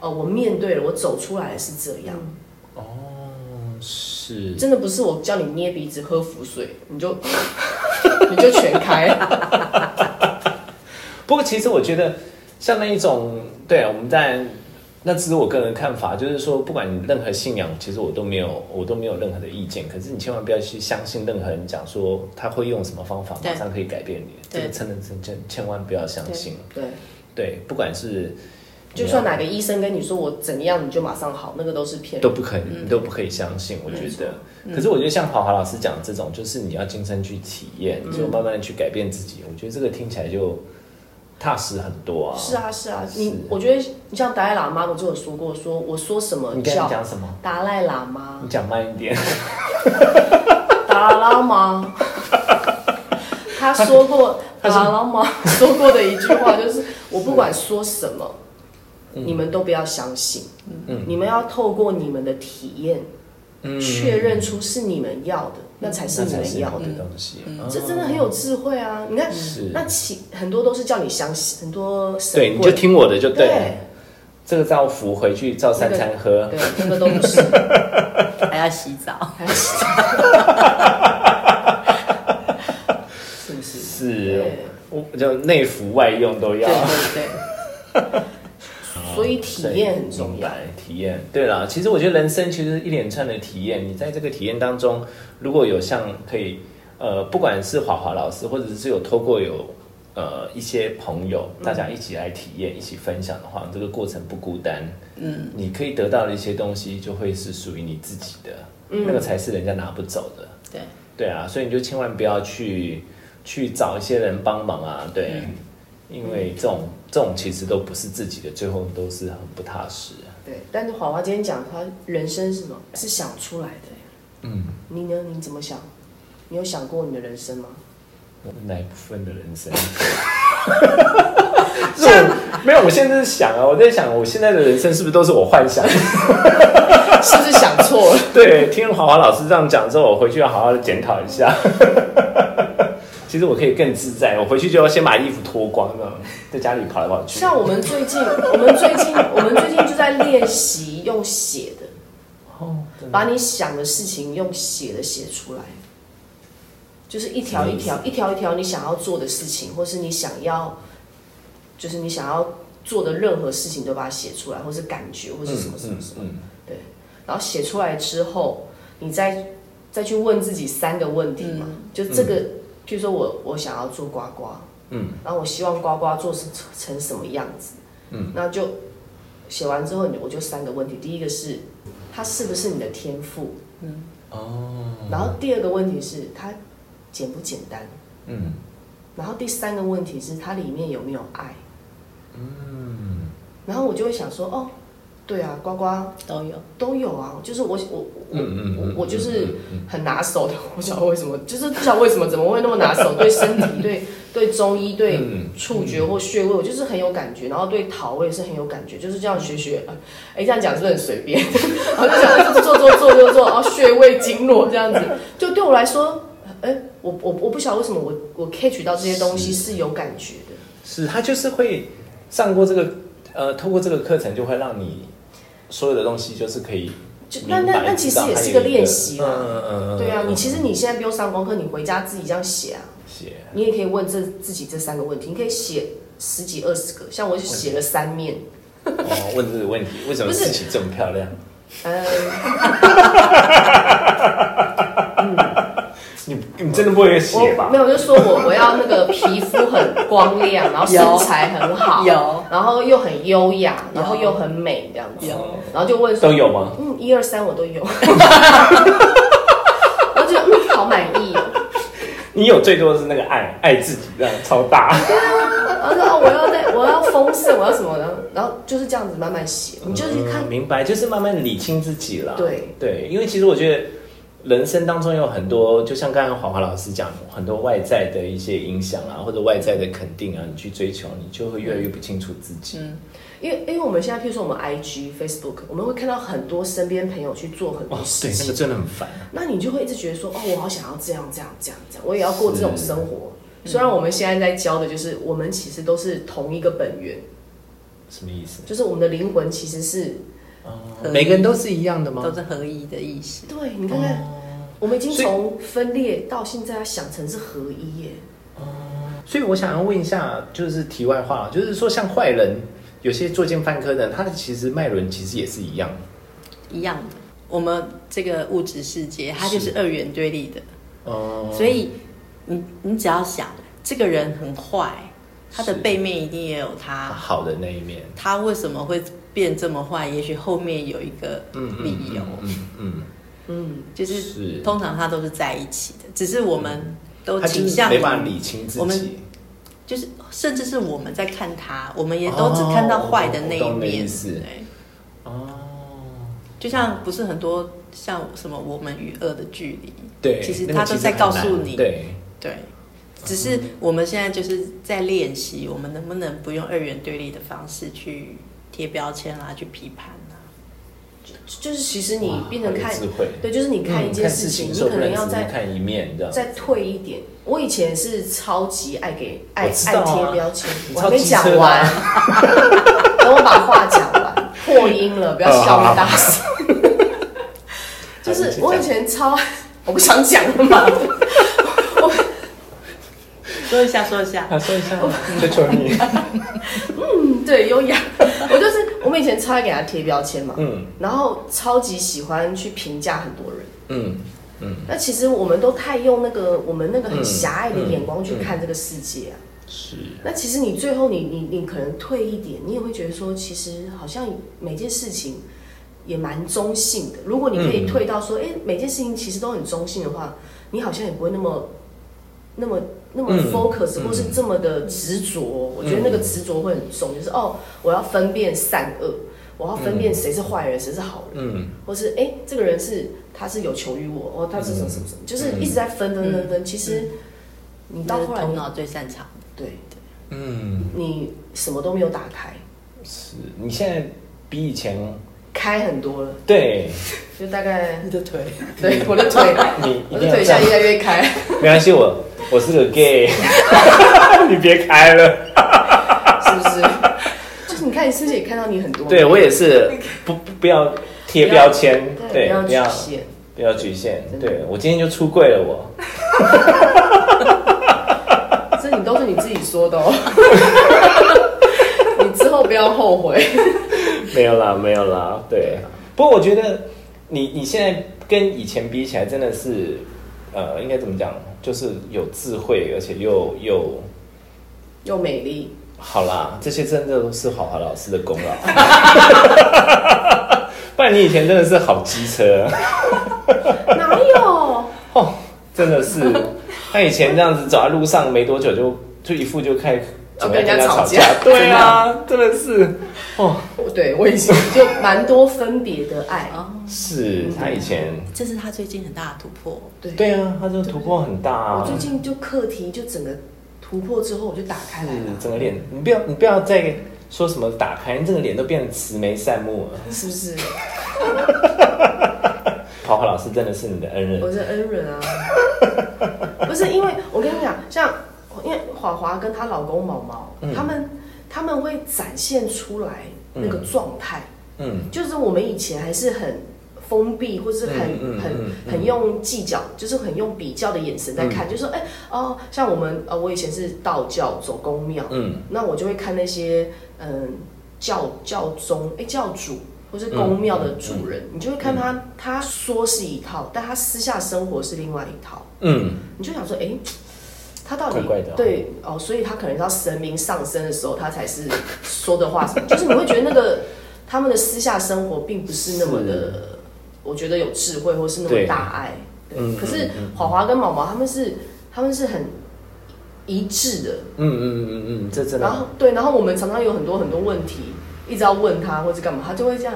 [SPEAKER 2] 呃，我面对了，我走出来了是这样，
[SPEAKER 1] 是
[SPEAKER 2] 真的不是我叫你捏鼻子喝符水，你就 你就全开了。
[SPEAKER 1] 不过其实我觉得，像那一种，对啊我们在那只是我个人的看法，就是说，不管你任何信仰，其实我都没有，我都没有任何的意见。可是你千万不要去相信任何人讲说他会用什么方法马
[SPEAKER 3] 对
[SPEAKER 1] 上可以改变你，这个
[SPEAKER 3] 对
[SPEAKER 1] 真的真真千万不要相信。
[SPEAKER 2] 对，
[SPEAKER 1] 对，不管是
[SPEAKER 2] 就算哪个医生跟你说我怎样，你就马上好，那个都是骗
[SPEAKER 1] 都
[SPEAKER 2] 人。
[SPEAKER 1] 不可以，你都不可以相信。我觉得，
[SPEAKER 2] 嗯
[SPEAKER 1] 可是我觉得像华华老师讲的这种，就是你要亲身去体验，
[SPEAKER 2] 嗯
[SPEAKER 1] 就慢慢的去改变自己。我觉得这个听起来就踏实很多啊。
[SPEAKER 2] 是，啊是啊，
[SPEAKER 1] 是
[SPEAKER 2] 你我觉得你像达赖喇嘛，我就有说过说，我说什么
[SPEAKER 1] 你刚才
[SPEAKER 2] 叫
[SPEAKER 1] 讲什么？
[SPEAKER 2] 达赖喇嘛
[SPEAKER 1] 你、讲慢一
[SPEAKER 2] 嗯
[SPEAKER 1] 点。
[SPEAKER 2] 达 拉嘛，他说过达拉嘛说过的一句话就是，我不管说什么，
[SPEAKER 1] 嗯
[SPEAKER 2] 你们都不要相信，你们要透过你们的体验
[SPEAKER 1] 嗯
[SPEAKER 2] 确认出是你们要的，那才是
[SPEAKER 1] 那
[SPEAKER 2] 你
[SPEAKER 1] 才
[SPEAKER 2] 们
[SPEAKER 1] 是
[SPEAKER 2] 要
[SPEAKER 1] 好
[SPEAKER 2] 的。
[SPEAKER 1] 的东西。嗯
[SPEAKER 2] 这真的很有智慧啊！你看
[SPEAKER 1] 是，
[SPEAKER 2] 那其很多都是叫你相信，很多神
[SPEAKER 1] 对，你
[SPEAKER 2] 棍
[SPEAKER 1] 就听我的就对了
[SPEAKER 2] 对。
[SPEAKER 1] 这个照服回去照三餐喝，
[SPEAKER 2] 对，那个都不是。
[SPEAKER 3] 还要洗澡，
[SPEAKER 2] 还是是不是？
[SPEAKER 1] 是
[SPEAKER 2] 对，
[SPEAKER 1] 我就内服外用都
[SPEAKER 3] 对
[SPEAKER 1] 要。
[SPEAKER 3] 对 对，
[SPEAKER 2] 所以体验很重要
[SPEAKER 1] 明。白哦体验，对啦，其实我觉得人生其实是一连串的体验，你在这个体验当中，如果有像可以，呃，不管是华华老师，或者是有透过有呃一些朋友，
[SPEAKER 2] 嗯
[SPEAKER 1] 大家一起来体验、一起分享的话，这个过程不孤单，嗯，你可以得到的一些东西，就会是属于你自己的，
[SPEAKER 2] 嗯
[SPEAKER 1] 那个才是人家拿不走的。
[SPEAKER 3] 对，
[SPEAKER 1] 对啊，所以你就千万不要去去找一些人帮忙啊，对，
[SPEAKER 2] 嗯
[SPEAKER 1] 因为这种这种其实都不是自己的，最后都是很不踏实。啊
[SPEAKER 2] 对，但是华华今天讲他人生是什么是想出来的。
[SPEAKER 1] 嗯，
[SPEAKER 2] 你呢？你怎么想？你有想过你的人生吗？
[SPEAKER 1] 哪一部分的人生？ 是我没有，我现在是想啊，我在想我现在的人生是不是都是我幻想？
[SPEAKER 2] 是不是想错了？
[SPEAKER 1] 对，听华华老师这样讲之后，我回去要好好的检讨一下。 其实我可以更自在，我回去就要先把衣服脱光，这样在家里跑来跑去。
[SPEAKER 2] 像我们最近，我们最近，我们最近就在在练习用写的，
[SPEAKER 1] 哦，真的
[SPEAKER 2] 把你想的事情用写的写出来，就是一条一条、一条一条你想要做的事情，或是你想要，就是你想要做的任何事情都把它写出来，或是感觉，或是什么什么什么。
[SPEAKER 1] 嗯嗯
[SPEAKER 2] 然后写出来之后，你再再去问自己三个问题嘛，就这个，譬如说我我想要做呱呱，
[SPEAKER 1] 嗯，
[SPEAKER 2] 然后我希望呱呱做成成什么样子，
[SPEAKER 1] 嗯，
[SPEAKER 2] 那就写完之后，你我就三个问题，第一个是它是不是你的天赋，
[SPEAKER 1] 哦，
[SPEAKER 2] 然后第二个问题是它简不简单，
[SPEAKER 1] 嗯
[SPEAKER 2] 然后第三个问题是它里面有没有爱，
[SPEAKER 1] 嗯
[SPEAKER 2] 然后我就会想说，哦，对啊，呱呱
[SPEAKER 3] 都有。
[SPEAKER 2] 都有啊，就是我我我
[SPEAKER 1] 嗯
[SPEAKER 2] 我
[SPEAKER 1] 嗯，
[SPEAKER 2] 我就是。
[SPEAKER 1] 嗯
[SPEAKER 2] 很拿手的，我不晓得为什么，就是不晓得为什么怎么会那么拿手，对身体、对 对中医、对
[SPEAKER 1] 嗯
[SPEAKER 2] 触觉或穴位，我就是很有感觉，然后对陶我也是很有感觉，就是这样学学，呃哎、这样讲是不是很随便？ 然后就这样做做做做做，然后穴位经络这样子，就对我来说，哎、我我我不晓得为什么我我 catch 到这些东西是有感觉的，
[SPEAKER 1] 是他就是会上过这个呃，透过这个课程就会让你所有的东西就是可以
[SPEAKER 2] 就
[SPEAKER 1] 明白
[SPEAKER 2] 那
[SPEAKER 1] 知道它有一个。
[SPEAKER 2] 那那其实也是一个练习
[SPEAKER 1] 嗯
[SPEAKER 2] 啦。
[SPEAKER 1] 嗯嗯嗯。
[SPEAKER 2] 对啊，
[SPEAKER 1] 嗯
[SPEAKER 2] 你其实你现在不用上功课，你回家自己这样写啊。
[SPEAKER 1] 写
[SPEAKER 2] 你也可以问这自己这三个问题，你可以写十几二十个，像我写了三面，
[SPEAKER 1] 哦，问这个问题，为什么
[SPEAKER 2] 不是
[SPEAKER 1] 自己这么漂亮？
[SPEAKER 2] 嗯，
[SPEAKER 1] 你你真的不会写
[SPEAKER 2] 我
[SPEAKER 1] 吧
[SPEAKER 2] 没？有，我就说我我要那个皮肤很光亮，然后身材很好，
[SPEAKER 3] 有
[SPEAKER 2] 然后又很优雅，
[SPEAKER 3] 有
[SPEAKER 2] 然后又很美这样子，
[SPEAKER 3] 有
[SPEAKER 2] 然后就问说，
[SPEAKER 1] 都有吗？
[SPEAKER 2] 嗯，一二三我都 有，我觉得嗯好满意哦，
[SPEAKER 1] 你有最多的是那个爱爱自己，这样超大。
[SPEAKER 2] 然后说哦我要在我要丰盛，我要什么，然后然后就是这样子慢慢写，你就去看
[SPEAKER 1] 嗯，明白，就是慢慢理清自己啦。
[SPEAKER 2] 对
[SPEAKER 1] 对，因为其实我觉得人生当中有很多，就像刚才华华老师讲，很多外在的一些影响啊，或者外在的肯定啊，你去追求，你就会越来越不清楚自己。
[SPEAKER 2] 因为因为我们现在，譬如说我们 IG、Facebook，我们会看到很多身边朋友去做很
[SPEAKER 1] 哦
[SPEAKER 2] 多，事
[SPEAKER 1] 对，那个
[SPEAKER 2] 情，
[SPEAKER 1] 真的很烦、啊
[SPEAKER 2] 那你就会一直觉得说，哦，我好想要这样这样这样这样，我也要过这种生活。虽然我们现在在教的就是，我们其实都是同一个本源，
[SPEAKER 1] 什么意思？
[SPEAKER 2] 就是我们的灵魂其实是
[SPEAKER 1] 哦
[SPEAKER 3] 合一
[SPEAKER 1] 每个人都是一样的吗？
[SPEAKER 3] 都是合一的意识。
[SPEAKER 2] 对，你看看，哦我们已经从分裂到现在要想成是合一耶。
[SPEAKER 1] 所以我想要问一下，就是题外话，就是说像坏人，有些作奸犯科的人，他的其实脉轮其实也是一样的。
[SPEAKER 3] 一样的。我们这个物质世界，它就是
[SPEAKER 1] 是
[SPEAKER 3] 二元对立的，
[SPEAKER 1] 哦、
[SPEAKER 3] 所以你你只要想，这个人很坏，他的
[SPEAKER 1] 是
[SPEAKER 3] 背面一定也有
[SPEAKER 1] 啊
[SPEAKER 3] 他，
[SPEAKER 1] 好的那一面，
[SPEAKER 3] 他为什么会变这么坏？也许后面有一个
[SPEAKER 1] 嗯，嗯
[SPEAKER 3] 理由，
[SPEAKER 1] 嗯嗯
[SPEAKER 2] 嗯，
[SPEAKER 3] 就是
[SPEAKER 1] 是
[SPEAKER 3] 通常他都是在一起的，只是我们都
[SPEAKER 1] 嗯，他
[SPEAKER 3] 倾
[SPEAKER 1] 就是
[SPEAKER 3] 向
[SPEAKER 1] 没办法
[SPEAKER 3] 于
[SPEAKER 1] 理清自
[SPEAKER 3] 我们
[SPEAKER 1] 己。
[SPEAKER 3] 就是甚至是我们在看他，我们也都只看到坏的那
[SPEAKER 1] 哦我
[SPEAKER 3] 一
[SPEAKER 1] 懂你的
[SPEAKER 3] 面。
[SPEAKER 1] 意思
[SPEAKER 3] 对，
[SPEAKER 1] 哦，
[SPEAKER 3] 就像不是很多像什么我们与恶的距离，
[SPEAKER 1] 对，
[SPEAKER 3] 其实
[SPEAKER 1] 那个
[SPEAKER 3] 他都在
[SPEAKER 1] 很
[SPEAKER 3] 告诉
[SPEAKER 1] 难
[SPEAKER 3] 你
[SPEAKER 1] 对，
[SPEAKER 3] 对，只是我们现在就是在练习，我们能不能不用二元对立的方式去贴标签啦、去批判啊啦、
[SPEAKER 2] 就是其实你
[SPEAKER 1] 哇
[SPEAKER 2] 变成
[SPEAKER 1] 好有
[SPEAKER 2] 看，
[SPEAKER 1] 智慧，
[SPEAKER 2] 对，就是你看一件
[SPEAKER 1] 嗯
[SPEAKER 2] 事情，
[SPEAKER 1] 的
[SPEAKER 2] 你
[SPEAKER 1] 时候
[SPEAKER 2] 可
[SPEAKER 1] 不
[SPEAKER 2] 能
[SPEAKER 1] 只
[SPEAKER 2] 要
[SPEAKER 1] 是
[SPEAKER 2] 在
[SPEAKER 1] 看一面这样。
[SPEAKER 2] 再退一点，我以前是超级爱给爱、
[SPEAKER 1] 我知
[SPEAKER 2] 爱
[SPEAKER 1] 道啊
[SPEAKER 2] 贴标签，
[SPEAKER 1] 你
[SPEAKER 2] 我
[SPEAKER 1] 超
[SPEAKER 2] 还没
[SPEAKER 1] 机
[SPEAKER 2] 讲
[SPEAKER 1] 车的
[SPEAKER 2] 完
[SPEAKER 1] 啊，
[SPEAKER 2] 等我把话讲完，破音 了，不要笑那么大声。 就是我以前超， 我不想讲了嘛，
[SPEAKER 3] 说一下，说一下，
[SPEAKER 1] 啊，说一下，求求你，
[SPEAKER 2] 嗯 对，优雅，我就是我们以前超爱给他贴标签嘛，
[SPEAKER 1] 嗯
[SPEAKER 2] 然后超级喜欢去评价很多人。
[SPEAKER 1] 嗯，
[SPEAKER 2] 那其实我们都太用那个我们那个很
[SPEAKER 1] 嗯
[SPEAKER 2] 狭隘的
[SPEAKER 1] 嗯
[SPEAKER 2] 眼光去
[SPEAKER 1] 嗯
[SPEAKER 2] 看这个世界啊。
[SPEAKER 1] 是，
[SPEAKER 2] 那其实你最后你你你可能退一点，你也会觉得说，其实好像每件事情也蛮中性的。如果你可以
[SPEAKER 1] 嗯
[SPEAKER 2] 退到说，哎、每件事情其实都很中性的话，你好像也不会那么那么那么
[SPEAKER 1] 嗯
[SPEAKER 2] focus，、
[SPEAKER 1] 嗯
[SPEAKER 2] 或是这么的执着。我觉得那个执着会很重，就是哦，我要分辨善恶，我要分辨谁是坏人，谁是好人，
[SPEAKER 1] 嗯，
[SPEAKER 2] 或是哎、诶这个人是他是有求于我，哦，他是什么什么什么，就是
[SPEAKER 1] 嗯
[SPEAKER 2] 一直在分分分分。其实你到
[SPEAKER 3] 这是
[SPEAKER 2] 后来
[SPEAKER 3] 头
[SPEAKER 2] 你，
[SPEAKER 3] 脑最擅长的。
[SPEAKER 2] 对
[SPEAKER 1] 嗯，
[SPEAKER 2] 你什么都没有打开。
[SPEAKER 1] 是你现在比以前
[SPEAKER 2] 开很多了，
[SPEAKER 1] 对，
[SPEAKER 2] 就大概
[SPEAKER 3] 你的腿，
[SPEAKER 2] 对我的腿，
[SPEAKER 1] 你嗯
[SPEAKER 2] 我
[SPEAKER 1] 一
[SPEAKER 2] 的
[SPEAKER 1] 定要这
[SPEAKER 2] 腿现在
[SPEAKER 1] 样
[SPEAKER 2] 越，来越开，
[SPEAKER 1] 没关系，我我是 个 gay，你别开了，
[SPEAKER 2] 是不是？就是你看，看是不是也看到你很多？
[SPEAKER 1] 对我也是不不不要贴标签，
[SPEAKER 2] 对，
[SPEAKER 1] 对，
[SPEAKER 2] 不
[SPEAKER 1] 不要
[SPEAKER 2] 要局限。
[SPEAKER 1] 不要局限
[SPEAKER 2] 真。的
[SPEAKER 1] 对我今天就出柜了，我
[SPEAKER 2] 这你都是你自己说 的哦，你之后不要后悔。
[SPEAKER 1] 没有啦，没有啦。对，啊不过我觉得你你现在跟以前比起来，真的是呃，应该怎么讲？就是有智慧，而且又又
[SPEAKER 2] 又美丽，
[SPEAKER 1] 好啦，这些真的都是华华老师的功 劳。不然你以前真的是好啊机车
[SPEAKER 2] 哪有？
[SPEAKER 1] 哦，真的是。他以前这样子走在路上没多久就就一副就开始
[SPEAKER 2] 要
[SPEAKER 1] 准
[SPEAKER 2] 跟
[SPEAKER 1] 备
[SPEAKER 2] 人家
[SPEAKER 1] 跟人家
[SPEAKER 2] 吵
[SPEAKER 1] 吵
[SPEAKER 2] 架
[SPEAKER 1] 架，对啊，真的是哦，
[SPEAKER 2] 对我以前就蛮多分别的爱，
[SPEAKER 3] 哦，
[SPEAKER 1] 是他以前
[SPEAKER 3] 这是他最近很大的突破。
[SPEAKER 2] 对，
[SPEAKER 1] 对啊，他这个突破很大
[SPEAKER 2] 我
[SPEAKER 1] 啊
[SPEAKER 2] 最。近就课题就整个突破之后，我就打开来
[SPEAKER 1] 是
[SPEAKER 2] 了，
[SPEAKER 1] 整个脸，你不要你不要再说什么打开，你整个脸都变成慈眉善目了。
[SPEAKER 2] 是不是？
[SPEAKER 1] 跑跑老师真的是你的恩
[SPEAKER 2] 我
[SPEAKER 1] 人，
[SPEAKER 2] 是恩人啊，啊 不是因为我跟你讲，像因为华华跟她老公毛毛，
[SPEAKER 1] 嗯
[SPEAKER 2] 他们他们会展现出来那个状态，
[SPEAKER 1] 嗯，
[SPEAKER 2] 就是我们以前还是很封闭，或是很、
[SPEAKER 1] 嗯嗯
[SPEAKER 2] 很、
[SPEAKER 1] 嗯嗯
[SPEAKER 2] 很用计较，就是很用比较的眼神在看，就说哎、哦，像我们呃，我以前是道教走公庙，
[SPEAKER 1] 嗯，
[SPEAKER 2] 那我就会看那些嗯教教宗哎、教主。或是
[SPEAKER 1] 嗯
[SPEAKER 2] 公庙的主人，你就会看他，他说是一套，但他私下生活是另外一套。
[SPEAKER 1] 嗯，
[SPEAKER 2] 你就想说，哎、他到底
[SPEAKER 1] 怪怪的哦
[SPEAKER 2] 对哦，所以他可能到神明上身的时候，他才是说的话，就是你会觉得那个他们的私下生活并不是那么的，我觉得有智慧或是那么
[SPEAKER 1] 对
[SPEAKER 2] 大爱。对，
[SPEAKER 1] 嗯
[SPEAKER 2] 可是华华跟毛毛他们是他们是很一致的，
[SPEAKER 1] 嗯嗯嗯嗯，这真的
[SPEAKER 2] 然后对，然后我们常常有很多很多问题，一直要问他或者干嘛，他就会这样，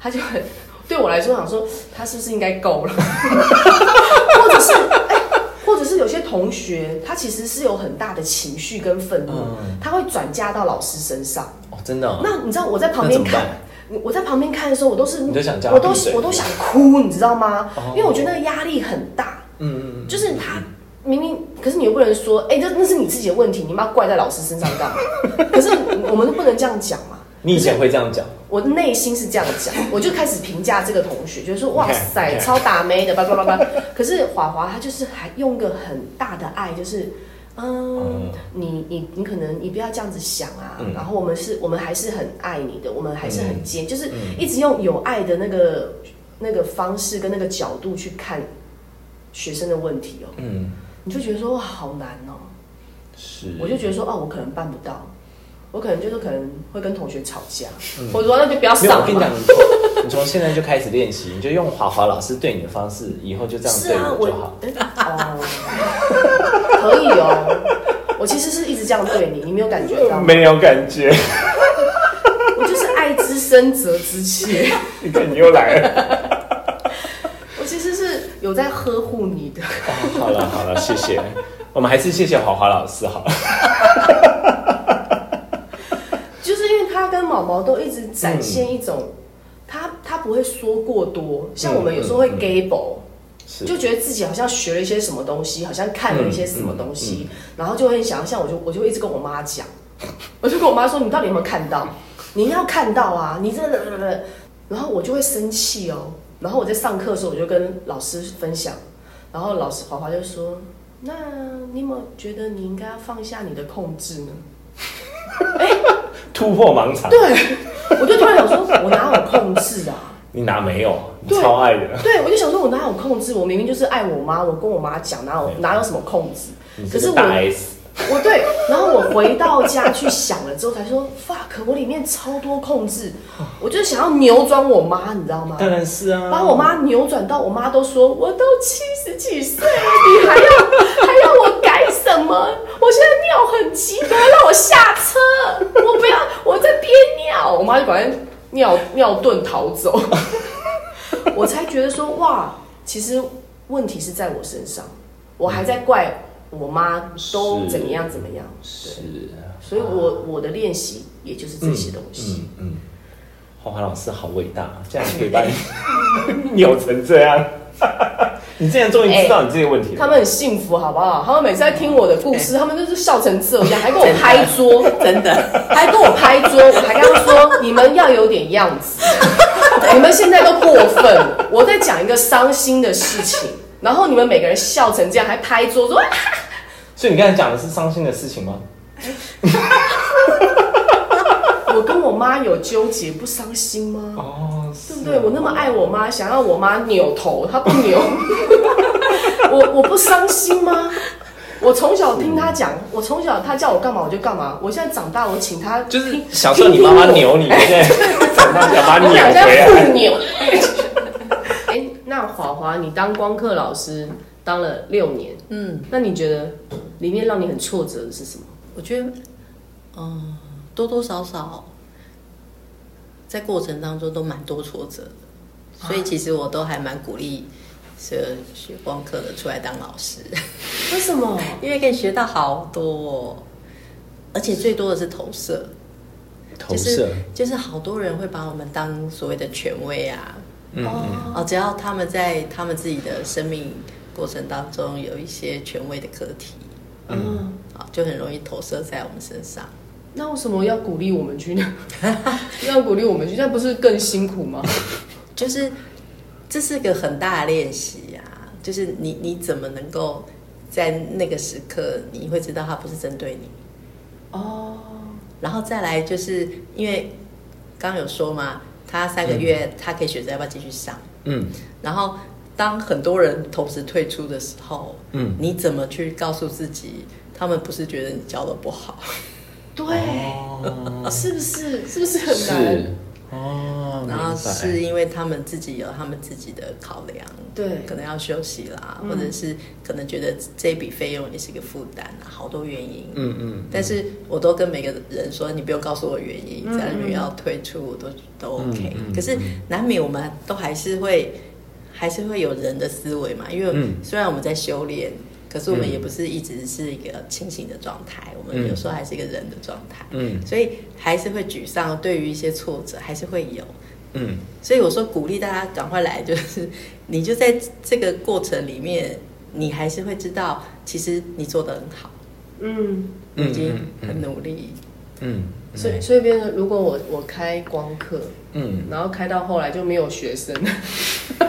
[SPEAKER 2] 他就很对我来说想说他是不是应该够了， 或者是哎、或者是有些同学他其实是有很大的情绪跟愤怒，
[SPEAKER 1] 嗯
[SPEAKER 2] 他会转嫁到老师身上。
[SPEAKER 1] 哦，真的哦，
[SPEAKER 2] 那你知道我在旁
[SPEAKER 1] 那
[SPEAKER 2] 边
[SPEAKER 1] 怎么
[SPEAKER 2] 看
[SPEAKER 1] 办？
[SPEAKER 2] 我我在旁边看的时候，我都是
[SPEAKER 1] 你就想叫他
[SPEAKER 2] 我都
[SPEAKER 1] 闭嘴
[SPEAKER 2] 我都想哭，你知道吗？
[SPEAKER 1] 哦
[SPEAKER 2] 因为我觉得那个压力很大。
[SPEAKER 1] 嗯嗯嗯，
[SPEAKER 2] 就是他明明，可是你又不能说，哎、这那是你自己的问题，你妈怪在老师身上干嘛？ 可是我们都不能这样讲嘛。
[SPEAKER 1] 你以前会这样讲，
[SPEAKER 2] 我内心是这样讲，我就开始评价这个同学，就是说哇塞，
[SPEAKER 1] 你看
[SPEAKER 2] 超打妹的，叭叭叭叭。可是华华他就是还用个很大的爱，就是。嗯
[SPEAKER 1] 嗯，
[SPEAKER 2] 你你你可能你不要这样子想啊，
[SPEAKER 1] 嗯
[SPEAKER 2] 然后我们是，我们还是很爱你的，我们还是很
[SPEAKER 1] 嗯
[SPEAKER 2] 坚，就是一直用有爱的那个那个方式跟那个角度去看学生的问题哦。
[SPEAKER 1] 嗯，
[SPEAKER 2] 你就觉得说哇好难哦，
[SPEAKER 1] 是，
[SPEAKER 2] 我就觉得说哦，我可能办不到，我可能就是可能会跟同学吵架，我说那就不要
[SPEAKER 1] 嗯没有，
[SPEAKER 2] 上
[SPEAKER 1] 我跟你
[SPEAKER 2] 嘛
[SPEAKER 1] 讲，。你从你从现在就开始练习，你就用华华老师对你的方式，以后就这样
[SPEAKER 2] 是
[SPEAKER 1] 对
[SPEAKER 2] 啊，
[SPEAKER 1] 我就好
[SPEAKER 2] 我。哎哦，可以哦，我其实是一直这样对你，你没有感觉到吗？
[SPEAKER 1] 没有感觉，
[SPEAKER 2] 我就是爱之深责之切，
[SPEAKER 1] 你看你又来了。
[SPEAKER 2] 我其实是有在呵护你的。
[SPEAKER 1] 好了好了，谢谢。我们还是谢谢华华老师好了。
[SPEAKER 2] 就是因为他跟毛毛都一直展
[SPEAKER 1] 嗯
[SPEAKER 2] 现一种，他他不会说过多，像我们有时候会
[SPEAKER 1] 嗯嗯嗯
[SPEAKER 2] gay 博、
[SPEAKER 1] 是
[SPEAKER 2] 就觉得自己好像学了一些什么东西，好像看了一些什么东西，
[SPEAKER 1] 嗯
[SPEAKER 2] 然后就会想，像我就我就一直跟我妈讲，我就跟我妈说，你到底有没有看到？你要看到啊，你真的，然后我就会生气哦。然后我在上课的时候，我就跟老师分享，然后老师华华就说：“那你有没有觉得你应该要放下你的控制 呢？”
[SPEAKER 1] 突破盲场，
[SPEAKER 2] 对，我就突然想说，我哪有控制啊？
[SPEAKER 1] 你哪没有？你
[SPEAKER 2] 对
[SPEAKER 1] 超爱的。
[SPEAKER 2] 对，我就想说，我哪有控制？我明明就是爱我妈，我跟我妈讲，哪有哪有什么控制？
[SPEAKER 1] 你
[SPEAKER 2] 可
[SPEAKER 1] 这
[SPEAKER 2] 是
[SPEAKER 1] 个
[SPEAKER 2] 我
[SPEAKER 1] 大 S，
[SPEAKER 2] 我对，然后我回到家去想了之后，才说 fuck，我里面超多控制，我就是想要扭转我妈，你知道吗？
[SPEAKER 1] 当然是啊。
[SPEAKER 2] 把我妈扭转到我妈都说我都七十几岁了，你还要还要我改什么？我现在尿很急，赶快让我下车！我不要，我在憋尿。我妈就赶快尿尿遁逃走，我才觉得说哇，其实问题是在我身上，我还在怪我妈都
[SPEAKER 1] 嗯是
[SPEAKER 2] 怎样怎么样，
[SPEAKER 1] 是，啊
[SPEAKER 2] 所以我我的练习也就是这些东西。
[SPEAKER 1] 嗯嗯，花花老师好伟大，这样可以把你扭成这样。你之前终于知道你自己的问题了。
[SPEAKER 2] 他们很幸福，好不好？他们每次在听我的故事，他们都是笑成这样，还跟我拍桌，
[SPEAKER 3] 真的，
[SPEAKER 2] 还跟我拍桌，我还跟他说：“你们要有点样子，你们现在都过分了。”我在讲一个伤心的事情，然后你们每个人笑成这样，还拍桌说：“啊
[SPEAKER 1] 所以你刚才讲的是伤心的事情吗？
[SPEAKER 2] 我跟我妈有纠结，不伤心吗？
[SPEAKER 1] 哦，
[SPEAKER 2] 对不对？我那么爱我妈，想要我妈扭头，她不扭， 我我不伤心吗？”我从小听她讲，我从小她叫我干嘛我就干嘛。我现在长大，我请她
[SPEAKER 1] 就是
[SPEAKER 2] 听
[SPEAKER 1] 小时候你妈妈扭你，现在长大想把
[SPEAKER 2] 我
[SPEAKER 1] 你
[SPEAKER 2] 们
[SPEAKER 1] 扭
[SPEAKER 2] 俩
[SPEAKER 1] 回
[SPEAKER 2] 在
[SPEAKER 1] 来。
[SPEAKER 2] 互扭。 哎、那华华，你当光课老师当了六年，
[SPEAKER 3] 嗯，
[SPEAKER 2] 那你觉得里面让你很挫折的是什么？
[SPEAKER 3] 我觉得，嗯，多多少少在过程当中都蛮多挫折的，所以其实我都还蛮鼓励学学光课的出来当老师，
[SPEAKER 2] 为
[SPEAKER 1] 嗯
[SPEAKER 2] 什么？
[SPEAKER 3] 因为可以学到好多哦、而且最多的是投射。
[SPEAKER 1] 投
[SPEAKER 3] 就是
[SPEAKER 1] 射，
[SPEAKER 3] 就是好多人会把我们当所谓的权威啊，
[SPEAKER 1] 嗯嗯，
[SPEAKER 3] 哦，只要他们在他们自己的生命过程当中有一些权威的课题，
[SPEAKER 2] 嗯，
[SPEAKER 3] 啊，就很容易投射在我们身上。
[SPEAKER 2] 那为什么要鼓励我们去呢？ 要鼓励我们去，那不是更辛苦吗？
[SPEAKER 3] 就是这是个很大的练习啊，就是你你怎么能够在那个时刻，你会知道他不是针对你，
[SPEAKER 2] 哦，
[SPEAKER 3] 然后再来就是因为刚刚有说嘛，他三个月他可以选择要不要继续上，
[SPEAKER 1] 嗯
[SPEAKER 3] 然后当很多人同时退出的时候，
[SPEAKER 1] 嗯
[SPEAKER 3] 你怎么去告诉自己，他们不是觉得你教的不好？
[SPEAKER 2] 对，
[SPEAKER 1] 哦，
[SPEAKER 2] 是不是？是不是很难？
[SPEAKER 1] 是哦，
[SPEAKER 3] 然后
[SPEAKER 1] 明白
[SPEAKER 3] 是因为他们自己有他们自己的考量，
[SPEAKER 2] 对
[SPEAKER 3] 可能要休息啦，
[SPEAKER 2] 嗯
[SPEAKER 3] 或者是可能觉得这笔费用也是一个负担啊，好多原因。
[SPEAKER 1] 嗯嗯，
[SPEAKER 3] 但是我都跟每个人说，你不用告诉我原因，
[SPEAKER 2] 嗯
[SPEAKER 3] 只要你们要退出，我都都
[SPEAKER 1] 嗯
[SPEAKER 3] OK
[SPEAKER 1] 嗯。
[SPEAKER 3] 可是难免我们都还是会，还是会有人的思维嘛，因为
[SPEAKER 1] 嗯
[SPEAKER 3] 虽然我们在修炼，可是我们
[SPEAKER 1] 嗯
[SPEAKER 3] 也不是一直是一个清醒的状态，我
[SPEAKER 1] 嗯
[SPEAKER 3] 们有时候还是一个人的状态，
[SPEAKER 1] 嗯
[SPEAKER 3] 所以还是会沮丧，对于一些挫折还是会有。
[SPEAKER 1] 嗯
[SPEAKER 3] 所以我说鼓励大家赶快来，就是 你就在这个过程里面，你还是会知道，其实你做的很好，
[SPEAKER 2] 嗯，
[SPEAKER 3] 你已经
[SPEAKER 1] 嗯嗯
[SPEAKER 3] 很努力。
[SPEAKER 1] 嗯，
[SPEAKER 2] 所以所以变成，如果我我开光课，
[SPEAKER 1] 嗯，
[SPEAKER 2] 然后开到后来就没有学 生，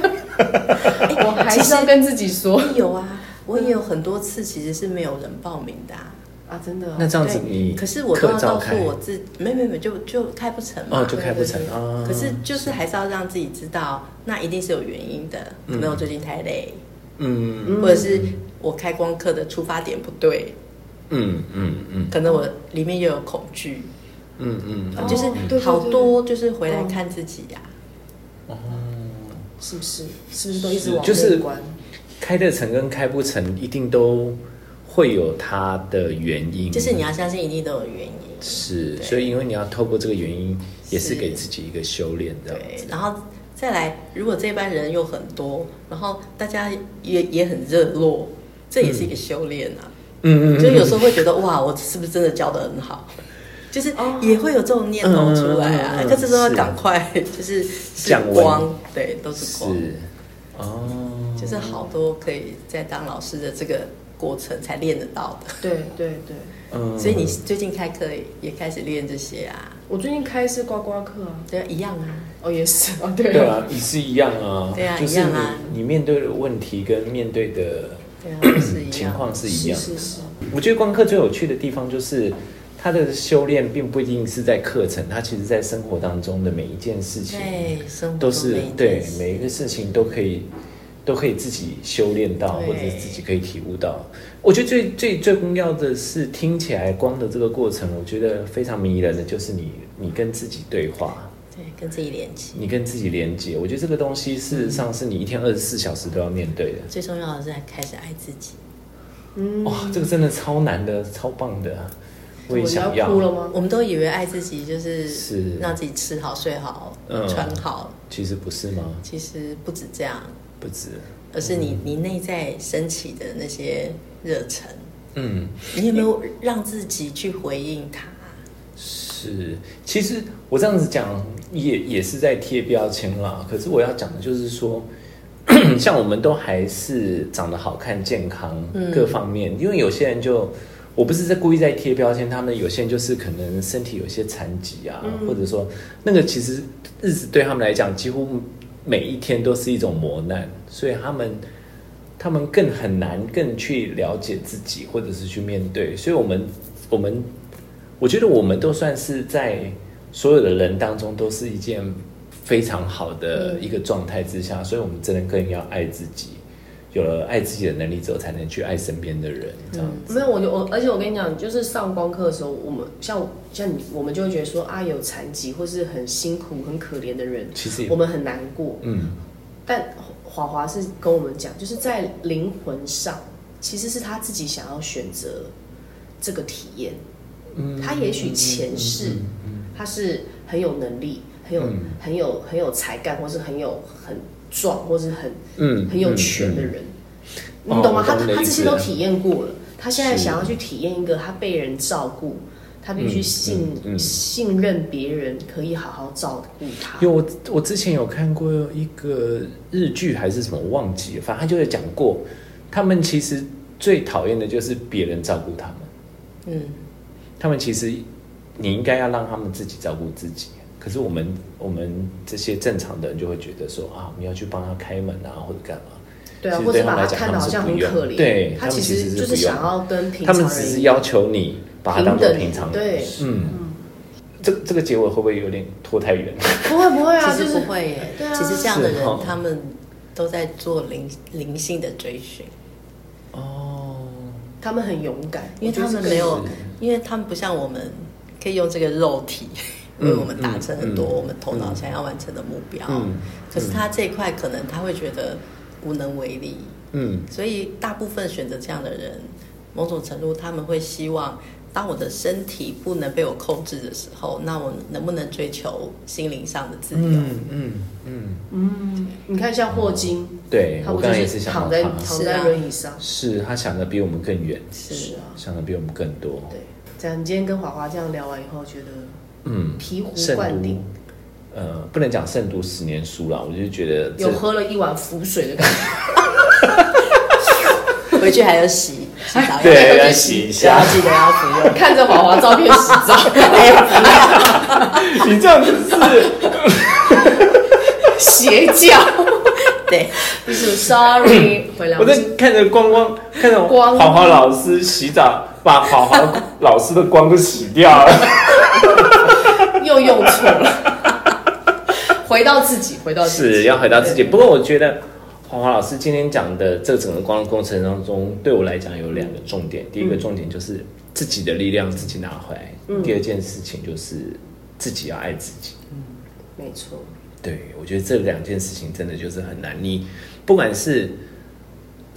[SPEAKER 2] 我还是要跟自己
[SPEAKER 1] 嗯
[SPEAKER 2] 说
[SPEAKER 3] 有啊，我也有很多次其实是没有人报名的、啊。
[SPEAKER 2] 啊，真的哦、
[SPEAKER 1] 那这样子
[SPEAKER 3] 对
[SPEAKER 1] 你
[SPEAKER 3] 可是我都
[SPEAKER 1] 课
[SPEAKER 3] 要
[SPEAKER 1] 照
[SPEAKER 3] 告诉
[SPEAKER 1] 开，
[SPEAKER 3] 我自己，没没没，就就开不成嘛。
[SPEAKER 1] 哦，就开不成
[SPEAKER 2] 对对对
[SPEAKER 1] 啊。
[SPEAKER 3] 可是就是还是要让自己知道，那一定是有原因的，可能我最近太累，
[SPEAKER 1] 嗯
[SPEAKER 3] 或者是我开光课的出发点不对，
[SPEAKER 1] 嗯嗯嗯
[SPEAKER 3] 可能我里面又有恐惧，
[SPEAKER 1] 嗯嗯
[SPEAKER 2] 哦
[SPEAKER 1] 嗯，
[SPEAKER 3] 就是好多就是回来看自己啊呀、
[SPEAKER 1] 哦，
[SPEAKER 2] 是不是？是不是都一直
[SPEAKER 1] 是
[SPEAKER 2] 往
[SPEAKER 1] 就是
[SPEAKER 2] 内观？
[SPEAKER 1] 开得成跟开不成一定都会有它的原因，
[SPEAKER 3] 就是你要相信一定都有原因。
[SPEAKER 1] 是，
[SPEAKER 3] 对
[SPEAKER 1] 所以因为你要透过这个原因，也是
[SPEAKER 3] 是
[SPEAKER 1] 给自己一个修炼这样
[SPEAKER 3] 对
[SPEAKER 1] 子，。
[SPEAKER 3] 然后再来，如果这班人又很多，然后大家也也很热络，这也是一个修炼啊。
[SPEAKER 1] 嗯
[SPEAKER 3] 就有时候会觉得哇，我是不是真的教的很好？就是也会有这种念头出来啊，
[SPEAKER 1] 嗯嗯嗯嗯
[SPEAKER 3] 可是都要
[SPEAKER 1] 是
[SPEAKER 3] 赶快，就是是
[SPEAKER 1] 降温
[SPEAKER 3] 光，对，都是光，
[SPEAKER 1] 是哦，
[SPEAKER 3] 就是好多可以在当老师的这个过程才练得到的。
[SPEAKER 2] 对对对，
[SPEAKER 1] 嗯
[SPEAKER 3] 所以你最近开课也开始练这些啊，
[SPEAKER 2] 我最近开是刮刮课啊，
[SPEAKER 3] 对啊，一样啊。
[SPEAKER 2] 哦也是哦，对
[SPEAKER 1] 对啊，你是一样啊，
[SPEAKER 3] 对啊
[SPEAKER 1] 就是
[SPEAKER 3] 一样啊
[SPEAKER 1] 你你面对的问题跟面对的
[SPEAKER 3] 对啊，都是一样。
[SPEAKER 1] 情况是一
[SPEAKER 2] 是
[SPEAKER 1] 样的。
[SPEAKER 2] 是是，
[SPEAKER 1] 我觉得光课最有趣的地方就是，它的修炼并不一定是在课程，它其实在生活当中的每一件事情，
[SPEAKER 3] 对，生活
[SPEAKER 1] 都
[SPEAKER 3] 中
[SPEAKER 1] 是
[SPEAKER 3] 每一件
[SPEAKER 1] 对
[SPEAKER 3] 事
[SPEAKER 1] 每一个事情都可以都可以自己修炼到，
[SPEAKER 3] 对
[SPEAKER 1] 或者自己可以体悟到。我觉得最最最重要的是听起来光的这个过程，我觉得非常迷人的就是你你跟自己对话，
[SPEAKER 3] 对跟自己联系。
[SPEAKER 1] 你跟自己连接。我觉得这个东西事实上是你一天二十四小时都要面对的。
[SPEAKER 3] 最重要的是开始爱自己。
[SPEAKER 2] 嗯，
[SPEAKER 1] 哇，这个真的超难的，超棒的，啊我也
[SPEAKER 2] 你
[SPEAKER 1] 想
[SPEAKER 2] 要哭了吗？
[SPEAKER 3] 我们都以为爱自己就是
[SPEAKER 1] 是
[SPEAKER 3] 让自己吃好、睡好、
[SPEAKER 1] 嗯
[SPEAKER 3] 穿好，
[SPEAKER 1] 其实不是吗？
[SPEAKER 3] 其实不止这样，
[SPEAKER 1] 不止，
[SPEAKER 3] 而是你你内在升起的那些热 忱，
[SPEAKER 1] 嗯，
[SPEAKER 3] 你有没有让自己去回应它？
[SPEAKER 1] 是。其实我这样子讲也也是在贴标签啦。可是我要讲的就是说， 像我们都还是长得好看、健康、各方面，因为有些人就我不是在故意在贴标签，他们有些人就是可能身体有一些残疾啊，或者说那个其实日子对他们来讲几乎每一天都是一种磨难，所以他们他们更很难更去了解自己，或者是去面对。所以我们我们我觉得我们都算是在所有的人当中都是一件非常好的一个状态之下，所以我们真的更要爱自己。有了爱自己的能力之后，才能去爱身边的人。这样子，
[SPEAKER 2] 没有，我就我，而且我跟你讲，就是上光课的时候，我们像像你，我们就会觉得说啊，有残疾或是很辛苦、很可怜的人，
[SPEAKER 1] 其实也
[SPEAKER 2] 我们很难过。
[SPEAKER 1] 嗯，
[SPEAKER 2] 但华华是跟我们讲，就是在灵魂上，其实是他自己想要选择这个体验。
[SPEAKER 1] 嗯
[SPEAKER 2] 他也许前世他是很有能力、很有、
[SPEAKER 1] 嗯
[SPEAKER 2] 很有、很有才干，或是很有很壮，或是很
[SPEAKER 1] 嗯
[SPEAKER 2] 很有权的
[SPEAKER 1] 嗯嗯
[SPEAKER 2] 人，
[SPEAKER 1] 嗯
[SPEAKER 2] 你懂吗？
[SPEAKER 1] 哦
[SPEAKER 2] 他
[SPEAKER 1] 我懂你的
[SPEAKER 2] 他这
[SPEAKER 1] 意思
[SPEAKER 2] 些都体验过了，他现在
[SPEAKER 1] 是
[SPEAKER 2] 想要去体验一个他被人照顾，他必须
[SPEAKER 1] 嗯
[SPEAKER 2] 信、
[SPEAKER 1] 嗯嗯
[SPEAKER 2] 信任别人可以好好照顾他。
[SPEAKER 1] 有我我之前有看过一个日剧还是什么，我忘记了，反正他就有讲过，他们其实最讨厌的就是别人照顾他们，
[SPEAKER 3] 嗯，
[SPEAKER 1] 他们其实你应该要让他们自己照顾自己。可是我们我们这些正常的人就会觉得说啊，我们要去帮他开门啊，或者干嘛？
[SPEAKER 2] 对啊
[SPEAKER 1] 其，实
[SPEAKER 2] 或
[SPEAKER 1] 对
[SPEAKER 2] 者
[SPEAKER 1] 他
[SPEAKER 2] 把
[SPEAKER 1] 们来讲
[SPEAKER 2] 他
[SPEAKER 1] 他
[SPEAKER 2] 看的
[SPEAKER 1] 们
[SPEAKER 2] 好
[SPEAKER 1] 是
[SPEAKER 2] 像
[SPEAKER 1] 不
[SPEAKER 2] 很
[SPEAKER 1] 用
[SPEAKER 2] 可怜，
[SPEAKER 1] 对
[SPEAKER 2] 他
[SPEAKER 1] 他们
[SPEAKER 2] 其
[SPEAKER 1] 其实
[SPEAKER 2] 实
[SPEAKER 1] 是不
[SPEAKER 2] 就是想
[SPEAKER 1] 用
[SPEAKER 2] 要跟平
[SPEAKER 1] 他
[SPEAKER 2] 常
[SPEAKER 1] 们
[SPEAKER 2] 人
[SPEAKER 1] 只是
[SPEAKER 2] 一样
[SPEAKER 1] 要求你把他当做
[SPEAKER 2] 平等
[SPEAKER 1] 平常人。
[SPEAKER 2] 对
[SPEAKER 1] 嗯，这这个结尾会不会有点拖太远？
[SPEAKER 2] 不会不会啊，
[SPEAKER 3] 其
[SPEAKER 2] 就
[SPEAKER 3] 实不
[SPEAKER 2] 是
[SPEAKER 3] 会耶
[SPEAKER 2] 对啊，
[SPEAKER 3] 其实这样的
[SPEAKER 1] 是
[SPEAKER 3] 人
[SPEAKER 1] 哦
[SPEAKER 3] 他们都在做灵灵性的追寻，
[SPEAKER 1] 哦，
[SPEAKER 2] 他们很勇敢，
[SPEAKER 3] 因为他
[SPEAKER 2] 我觉得这
[SPEAKER 3] 们
[SPEAKER 2] 个
[SPEAKER 3] 没有
[SPEAKER 1] 是，
[SPEAKER 3] 因为他们不像我们可以用这个肉体为我们达成很多
[SPEAKER 1] 嗯嗯
[SPEAKER 3] 我们头脑想要完成的目标
[SPEAKER 1] 嗯，
[SPEAKER 3] 可是他这一块可能他会觉得无能为力，
[SPEAKER 1] 嗯
[SPEAKER 3] 所以大部分选择这样的人，某种程度他们会希望，当我的身体不能被我控制的时候，那我能不能追求心灵上的自由？
[SPEAKER 1] 嗯嗯嗯，
[SPEAKER 2] 嗯，你看像霍金，
[SPEAKER 1] 对
[SPEAKER 2] 他
[SPEAKER 1] 我
[SPEAKER 2] 不
[SPEAKER 1] 刚刚也
[SPEAKER 2] 就是
[SPEAKER 1] 想
[SPEAKER 2] 躺
[SPEAKER 1] 到
[SPEAKER 2] 在
[SPEAKER 1] 他
[SPEAKER 2] 躺
[SPEAKER 3] 是
[SPEAKER 2] 在
[SPEAKER 3] 啊
[SPEAKER 2] 轮椅上？
[SPEAKER 1] 是他想的比我们更远，
[SPEAKER 3] 是
[SPEAKER 2] 啊，
[SPEAKER 1] 想的比我们更多。
[SPEAKER 2] 对。这样，你今天跟华华这样聊完以后，觉得
[SPEAKER 1] 嗯，
[SPEAKER 2] 醍醐
[SPEAKER 1] 慎
[SPEAKER 2] 灌
[SPEAKER 1] 读
[SPEAKER 2] 顶，，
[SPEAKER 1] 呃，不能讲慎读十年书啦，我就觉得这
[SPEAKER 2] 有喝了一碗浮水的感觉。
[SPEAKER 3] 回去还要洗洗澡，
[SPEAKER 1] 对
[SPEAKER 3] 要
[SPEAKER 1] 要洗一下哎
[SPEAKER 3] 要记得要服用。
[SPEAKER 2] 看着娃娃照片洗 澡，
[SPEAKER 1] 你这样子是
[SPEAKER 2] 邪 教。
[SPEAKER 3] 对，
[SPEAKER 2] 就是 sorry，回来
[SPEAKER 1] 我在
[SPEAKER 2] 们
[SPEAKER 1] 看着光光看着
[SPEAKER 2] 光
[SPEAKER 1] 华华老师洗澡，把华华老师的光都洗掉了。
[SPEAKER 2] 又用错了。回到自己，回到自己
[SPEAKER 1] 是要回到自己。
[SPEAKER 2] 对
[SPEAKER 1] 不过我觉得华华老师今天讲的这整个光的过程当中，对我来讲有两个重点。第一个重点就是自己的力量自己拿回来，
[SPEAKER 3] 嗯
[SPEAKER 1] 第二件事情就是自己要爱自己。
[SPEAKER 2] 没错，
[SPEAKER 1] 对，我觉得这两件事情真的就是很难。你不管是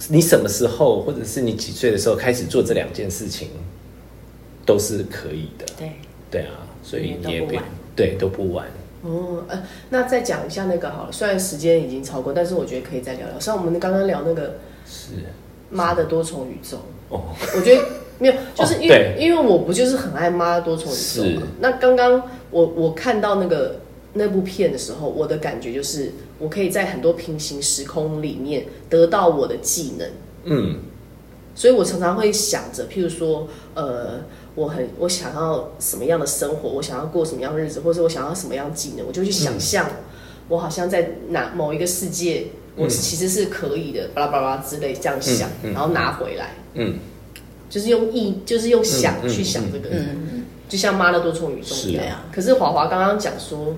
[SPEAKER 1] 你什么时候，或者是你几岁的时候开始做这两件事情，都是可以的。
[SPEAKER 3] 对，
[SPEAKER 1] 对啊，所以
[SPEAKER 3] 因为都
[SPEAKER 1] 你也
[SPEAKER 3] 不
[SPEAKER 1] 别
[SPEAKER 3] 晚
[SPEAKER 1] 对都不晚。
[SPEAKER 2] 哦，呃，那再讲一下那个好了，虽然时间已经超过，但是我觉得可以再聊聊。像我们刚刚聊那个
[SPEAKER 1] 是
[SPEAKER 2] 妈的多重宇宙，
[SPEAKER 1] 哦，
[SPEAKER 2] 我觉得没有，就是因为、
[SPEAKER 1] 哦对
[SPEAKER 2] 因为我不就是很爱妈多重宇宙
[SPEAKER 1] 是
[SPEAKER 2] 嘛。那刚刚我我看到那个那部片的时候，我的感觉就是，我可以在很多平行时空里面得到我的技能，
[SPEAKER 1] 嗯
[SPEAKER 2] 所以我常常会想着，譬如说，呃，我很我想要什么样的生活，我想要过什么样的日子，或者我想要什么样的技能，我就去
[SPEAKER 1] 嗯
[SPEAKER 2] 想象，我好像在哪某一个世界，我其实是可以的，巴拉巴拉之类这样想，
[SPEAKER 1] 嗯嗯
[SPEAKER 2] 然后拿回来。
[SPEAKER 1] 嗯，
[SPEAKER 2] 就是用意，就是用想
[SPEAKER 1] 嗯嗯
[SPEAKER 2] 去想这个，
[SPEAKER 3] 嗯，
[SPEAKER 2] 就像妈的多重宇宙一样。
[SPEAKER 1] 是
[SPEAKER 3] 啊
[SPEAKER 2] 可是华华刚刚讲说，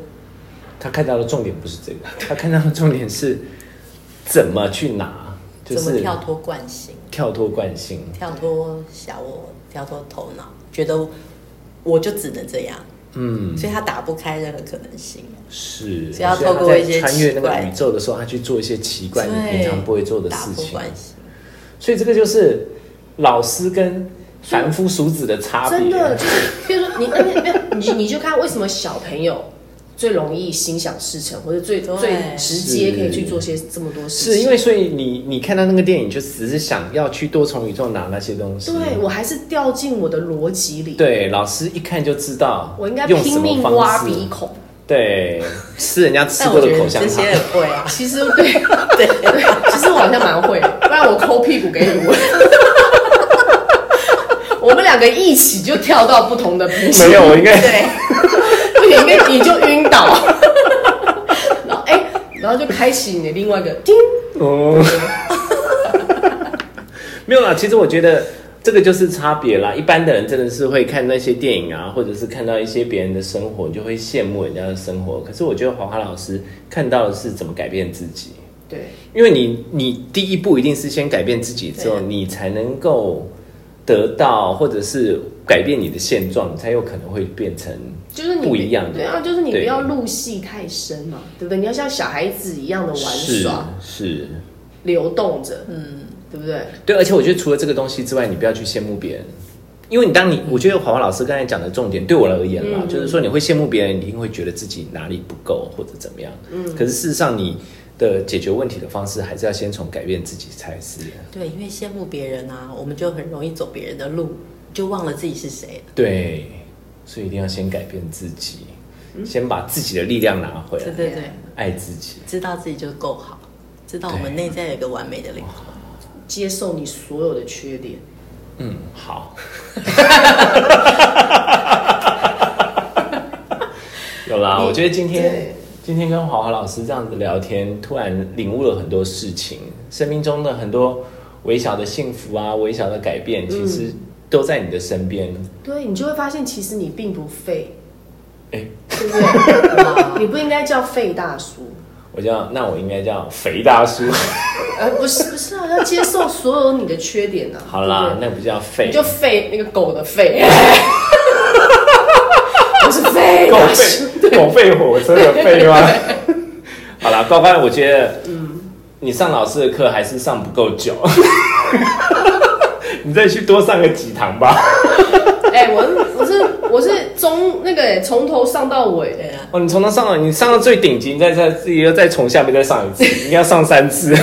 [SPEAKER 1] 他看到的重点不是这个， 他看到的重点是怎么去拿，就
[SPEAKER 3] 怎么
[SPEAKER 1] 是
[SPEAKER 3] 跳脱惯性，
[SPEAKER 1] 跳脱惯性。
[SPEAKER 3] 跳脱小我，跳脱头脑，觉得我就只能这样，
[SPEAKER 1] 嗯，
[SPEAKER 3] 所以他打不开任何可能性。
[SPEAKER 1] 是。
[SPEAKER 3] 所以要
[SPEAKER 1] 所以
[SPEAKER 3] 透
[SPEAKER 1] 他
[SPEAKER 3] 过
[SPEAKER 1] 在
[SPEAKER 3] 一些
[SPEAKER 1] 穿越那
[SPEAKER 3] 奇
[SPEAKER 1] 个
[SPEAKER 3] 怪
[SPEAKER 1] 宇宙的时候，他去做一些奇怪
[SPEAKER 3] 对，
[SPEAKER 1] 你平常不会做的事
[SPEAKER 3] 打破
[SPEAKER 1] 情。
[SPEAKER 3] 惯性。
[SPEAKER 1] 所以这个就是老师跟凡夫俗子的差别。
[SPEAKER 2] 真的就是，譬如说你，没有没有，你你就看为什么小朋友最容易心想事成，或者最
[SPEAKER 3] 对
[SPEAKER 2] 最直接可以去做些这么多事情，
[SPEAKER 1] 是因为，所以你你看到那个电影，就只是想要去多重宇宙拿那些东西。
[SPEAKER 2] 对我还是掉进我的逻辑里，
[SPEAKER 1] 对老师一看就知道，
[SPEAKER 2] 我应该
[SPEAKER 1] 用什
[SPEAKER 2] 拼
[SPEAKER 1] 么
[SPEAKER 2] 命
[SPEAKER 1] 方
[SPEAKER 2] 挖
[SPEAKER 1] 式
[SPEAKER 2] 鼻孔，
[SPEAKER 1] 对，吃人家吃
[SPEAKER 3] 但
[SPEAKER 1] 过
[SPEAKER 3] 我
[SPEAKER 1] 的
[SPEAKER 3] 觉
[SPEAKER 1] 口
[SPEAKER 3] 得
[SPEAKER 1] 香
[SPEAKER 3] 这
[SPEAKER 1] 糖
[SPEAKER 3] 些，很会啊，
[SPEAKER 2] 其实对
[SPEAKER 3] 对，
[SPEAKER 2] 对，其实我好像蛮会，不然我抠屁股给 你闻。我们两个一起就跳到不同的冰 箱
[SPEAKER 1] 没有，我应该
[SPEAKER 3] 对，
[SPEAKER 2] 不行，你你就晕倒。 然后哎、然后就开启你的另外一个叮，
[SPEAKER 1] 哦，没有啦。其实我觉得这个就是差别啦。一般的人真的是会看那些电影啊，或者是看到一些别人的生活，你就会羡慕人家的生活。可是我觉得黄华老师看到的是怎么改变自己，
[SPEAKER 2] 对
[SPEAKER 1] 因为你你第一步一定是先改变自己，之后
[SPEAKER 3] 对啊
[SPEAKER 1] 你才能够得到或者是改变你的现状，你才有可能会变成
[SPEAKER 2] 就是你
[SPEAKER 1] 不一样的
[SPEAKER 2] 对啊，就是你不
[SPEAKER 1] 对
[SPEAKER 2] 要入戏太深嘛，对不对？你要像小孩子一样的玩
[SPEAKER 1] 是
[SPEAKER 2] 耍，
[SPEAKER 1] 是。
[SPEAKER 2] 流动着，嗯，对不对？
[SPEAKER 1] 对，而且我觉得除了这个东西之外，你不要去羡慕别人，因为你当你，我觉得华华老师刚才讲的重点，对我而言啦，就是说你会羡慕别人，你一定会觉得自己哪里不够或者怎么样。嗯，可是事实上，你的解决问题的方式还是要先从改变自己才是。啊
[SPEAKER 3] 对，因为羡慕别人啊，我们就很容易走别人的路，就忘了自己是谁了。
[SPEAKER 1] 对，所以一定要先改变自己，先把自嗯己的力量拿回
[SPEAKER 3] 对
[SPEAKER 1] 来，
[SPEAKER 3] 对对，
[SPEAKER 1] 爱自己。
[SPEAKER 3] 知道自己就够好，知道我们内在有一个完美的灵魂。
[SPEAKER 2] 接受你所有的缺点，
[SPEAKER 1] 嗯， 好。有啦，我觉得今天
[SPEAKER 2] 对
[SPEAKER 1] 今天跟华华老师这样子聊天，突然领悟了很多事情，生命中的很多微小的幸福啊，微小的改变，其实
[SPEAKER 2] 嗯
[SPEAKER 1] 都在你的身边。
[SPEAKER 2] 对你就会发现，其实你并不废，
[SPEAKER 1] 哎、
[SPEAKER 2] 对不对？
[SPEAKER 3] 哇
[SPEAKER 2] 你不应该叫废大叔，
[SPEAKER 1] 我叫那我应该叫肥大 叔。
[SPEAKER 2] 呃，不是不是啊，要接受所有你的缺点啊。
[SPEAKER 1] 好
[SPEAKER 2] 对不
[SPEAKER 1] 啦
[SPEAKER 2] 对，
[SPEAKER 1] 那不叫肥
[SPEAKER 2] 你，就废那个狗 的废，不是废
[SPEAKER 1] 狗
[SPEAKER 2] 大叔。
[SPEAKER 1] 吠狗吠火车的吠吗？ 好啦，乖乖，我觉得，你上老师的课还是上不够久， 你再去多上个几堂吧。
[SPEAKER 2] 哎、我是我是我是中那个哎从头上到尾，
[SPEAKER 3] 对啊，
[SPEAKER 1] 哦，你从头上了，你上到最顶级，你再再自己又再从下面再上一 次，你应该要上三 次。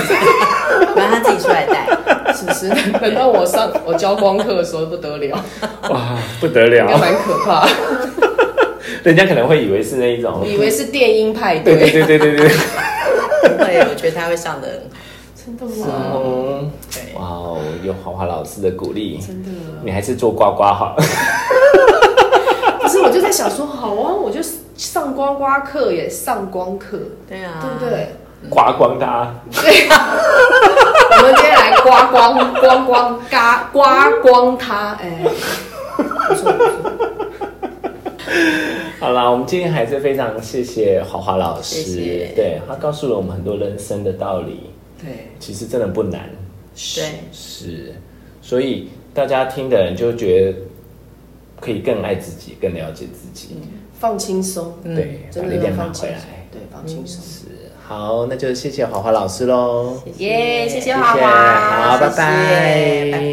[SPEAKER 3] 把他自己出 来带。
[SPEAKER 2] 是不是？等到我上我教光课的时候不得了，
[SPEAKER 1] 哇，不得
[SPEAKER 2] 应该
[SPEAKER 1] 了，
[SPEAKER 2] 蛮可怕，
[SPEAKER 1] 人家可能会以为是那一 种，
[SPEAKER 2] 以为是电音派
[SPEAKER 1] 对对
[SPEAKER 2] 对，
[SPEAKER 1] 对对对对。
[SPEAKER 3] 对，我觉得他会上的
[SPEAKER 2] 真
[SPEAKER 3] 很好。
[SPEAKER 2] 的吗？
[SPEAKER 1] 嗯，
[SPEAKER 3] 对
[SPEAKER 1] 哇 哦，有华华老师的鼓励，
[SPEAKER 2] 真的，
[SPEAKER 1] 你还是做呱呱好 了。
[SPEAKER 2] 可是我就在想说，好啊，我就上光刮课也上光课，
[SPEAKER 3] 对啊，
[SPEAKER 2] 对不？对？
[SPEAKER 1] 刮光它，
[SPEAKER 2] 对，我们今天来刮光光光嘎刮光它，哎、不错不错。
[SPEAKER 1] 好啦，我们今天还是非常谢谢华华老师，
[SPEAKER 3] 谢谢
[SPEAKER 1] 对他告诉了我们很多人生的道理，
[SPEAKER 2] 对，
[SPEAKER 1] 其实真的不难，
[SPEAKER 3] 对，
[SPEAKER 1] 是，所以大家听的人就觉得可以更爱自己，更了解自己，
[SPEAKER 2] 放轻松，
[SPEAKER 1] 对，嗯把
[SPEAKER 2] 嗯真
[SPEAKER 1] 力
[SPEAKER 2] 的要
[SPEAKER 1] 量拿
[SPEAKER 2] 放
[SPEAKER 1] 回
[SPEAKER 2] 轻松
[SPEAKER 1] 来。，
[SPEAKER 2] 对，放轻松。
[SPEAKER 1] 是，好，那就谢谢华华老师喽，
[SPEAKER 3] 谢
[SPEAKER 2] 耶谢谢
[SPEAKER 1] 谢
[SPEAKER 2] 华华
[SPEAKER 1] 好，拜
[SPEAKER 3] 谢谢拜拜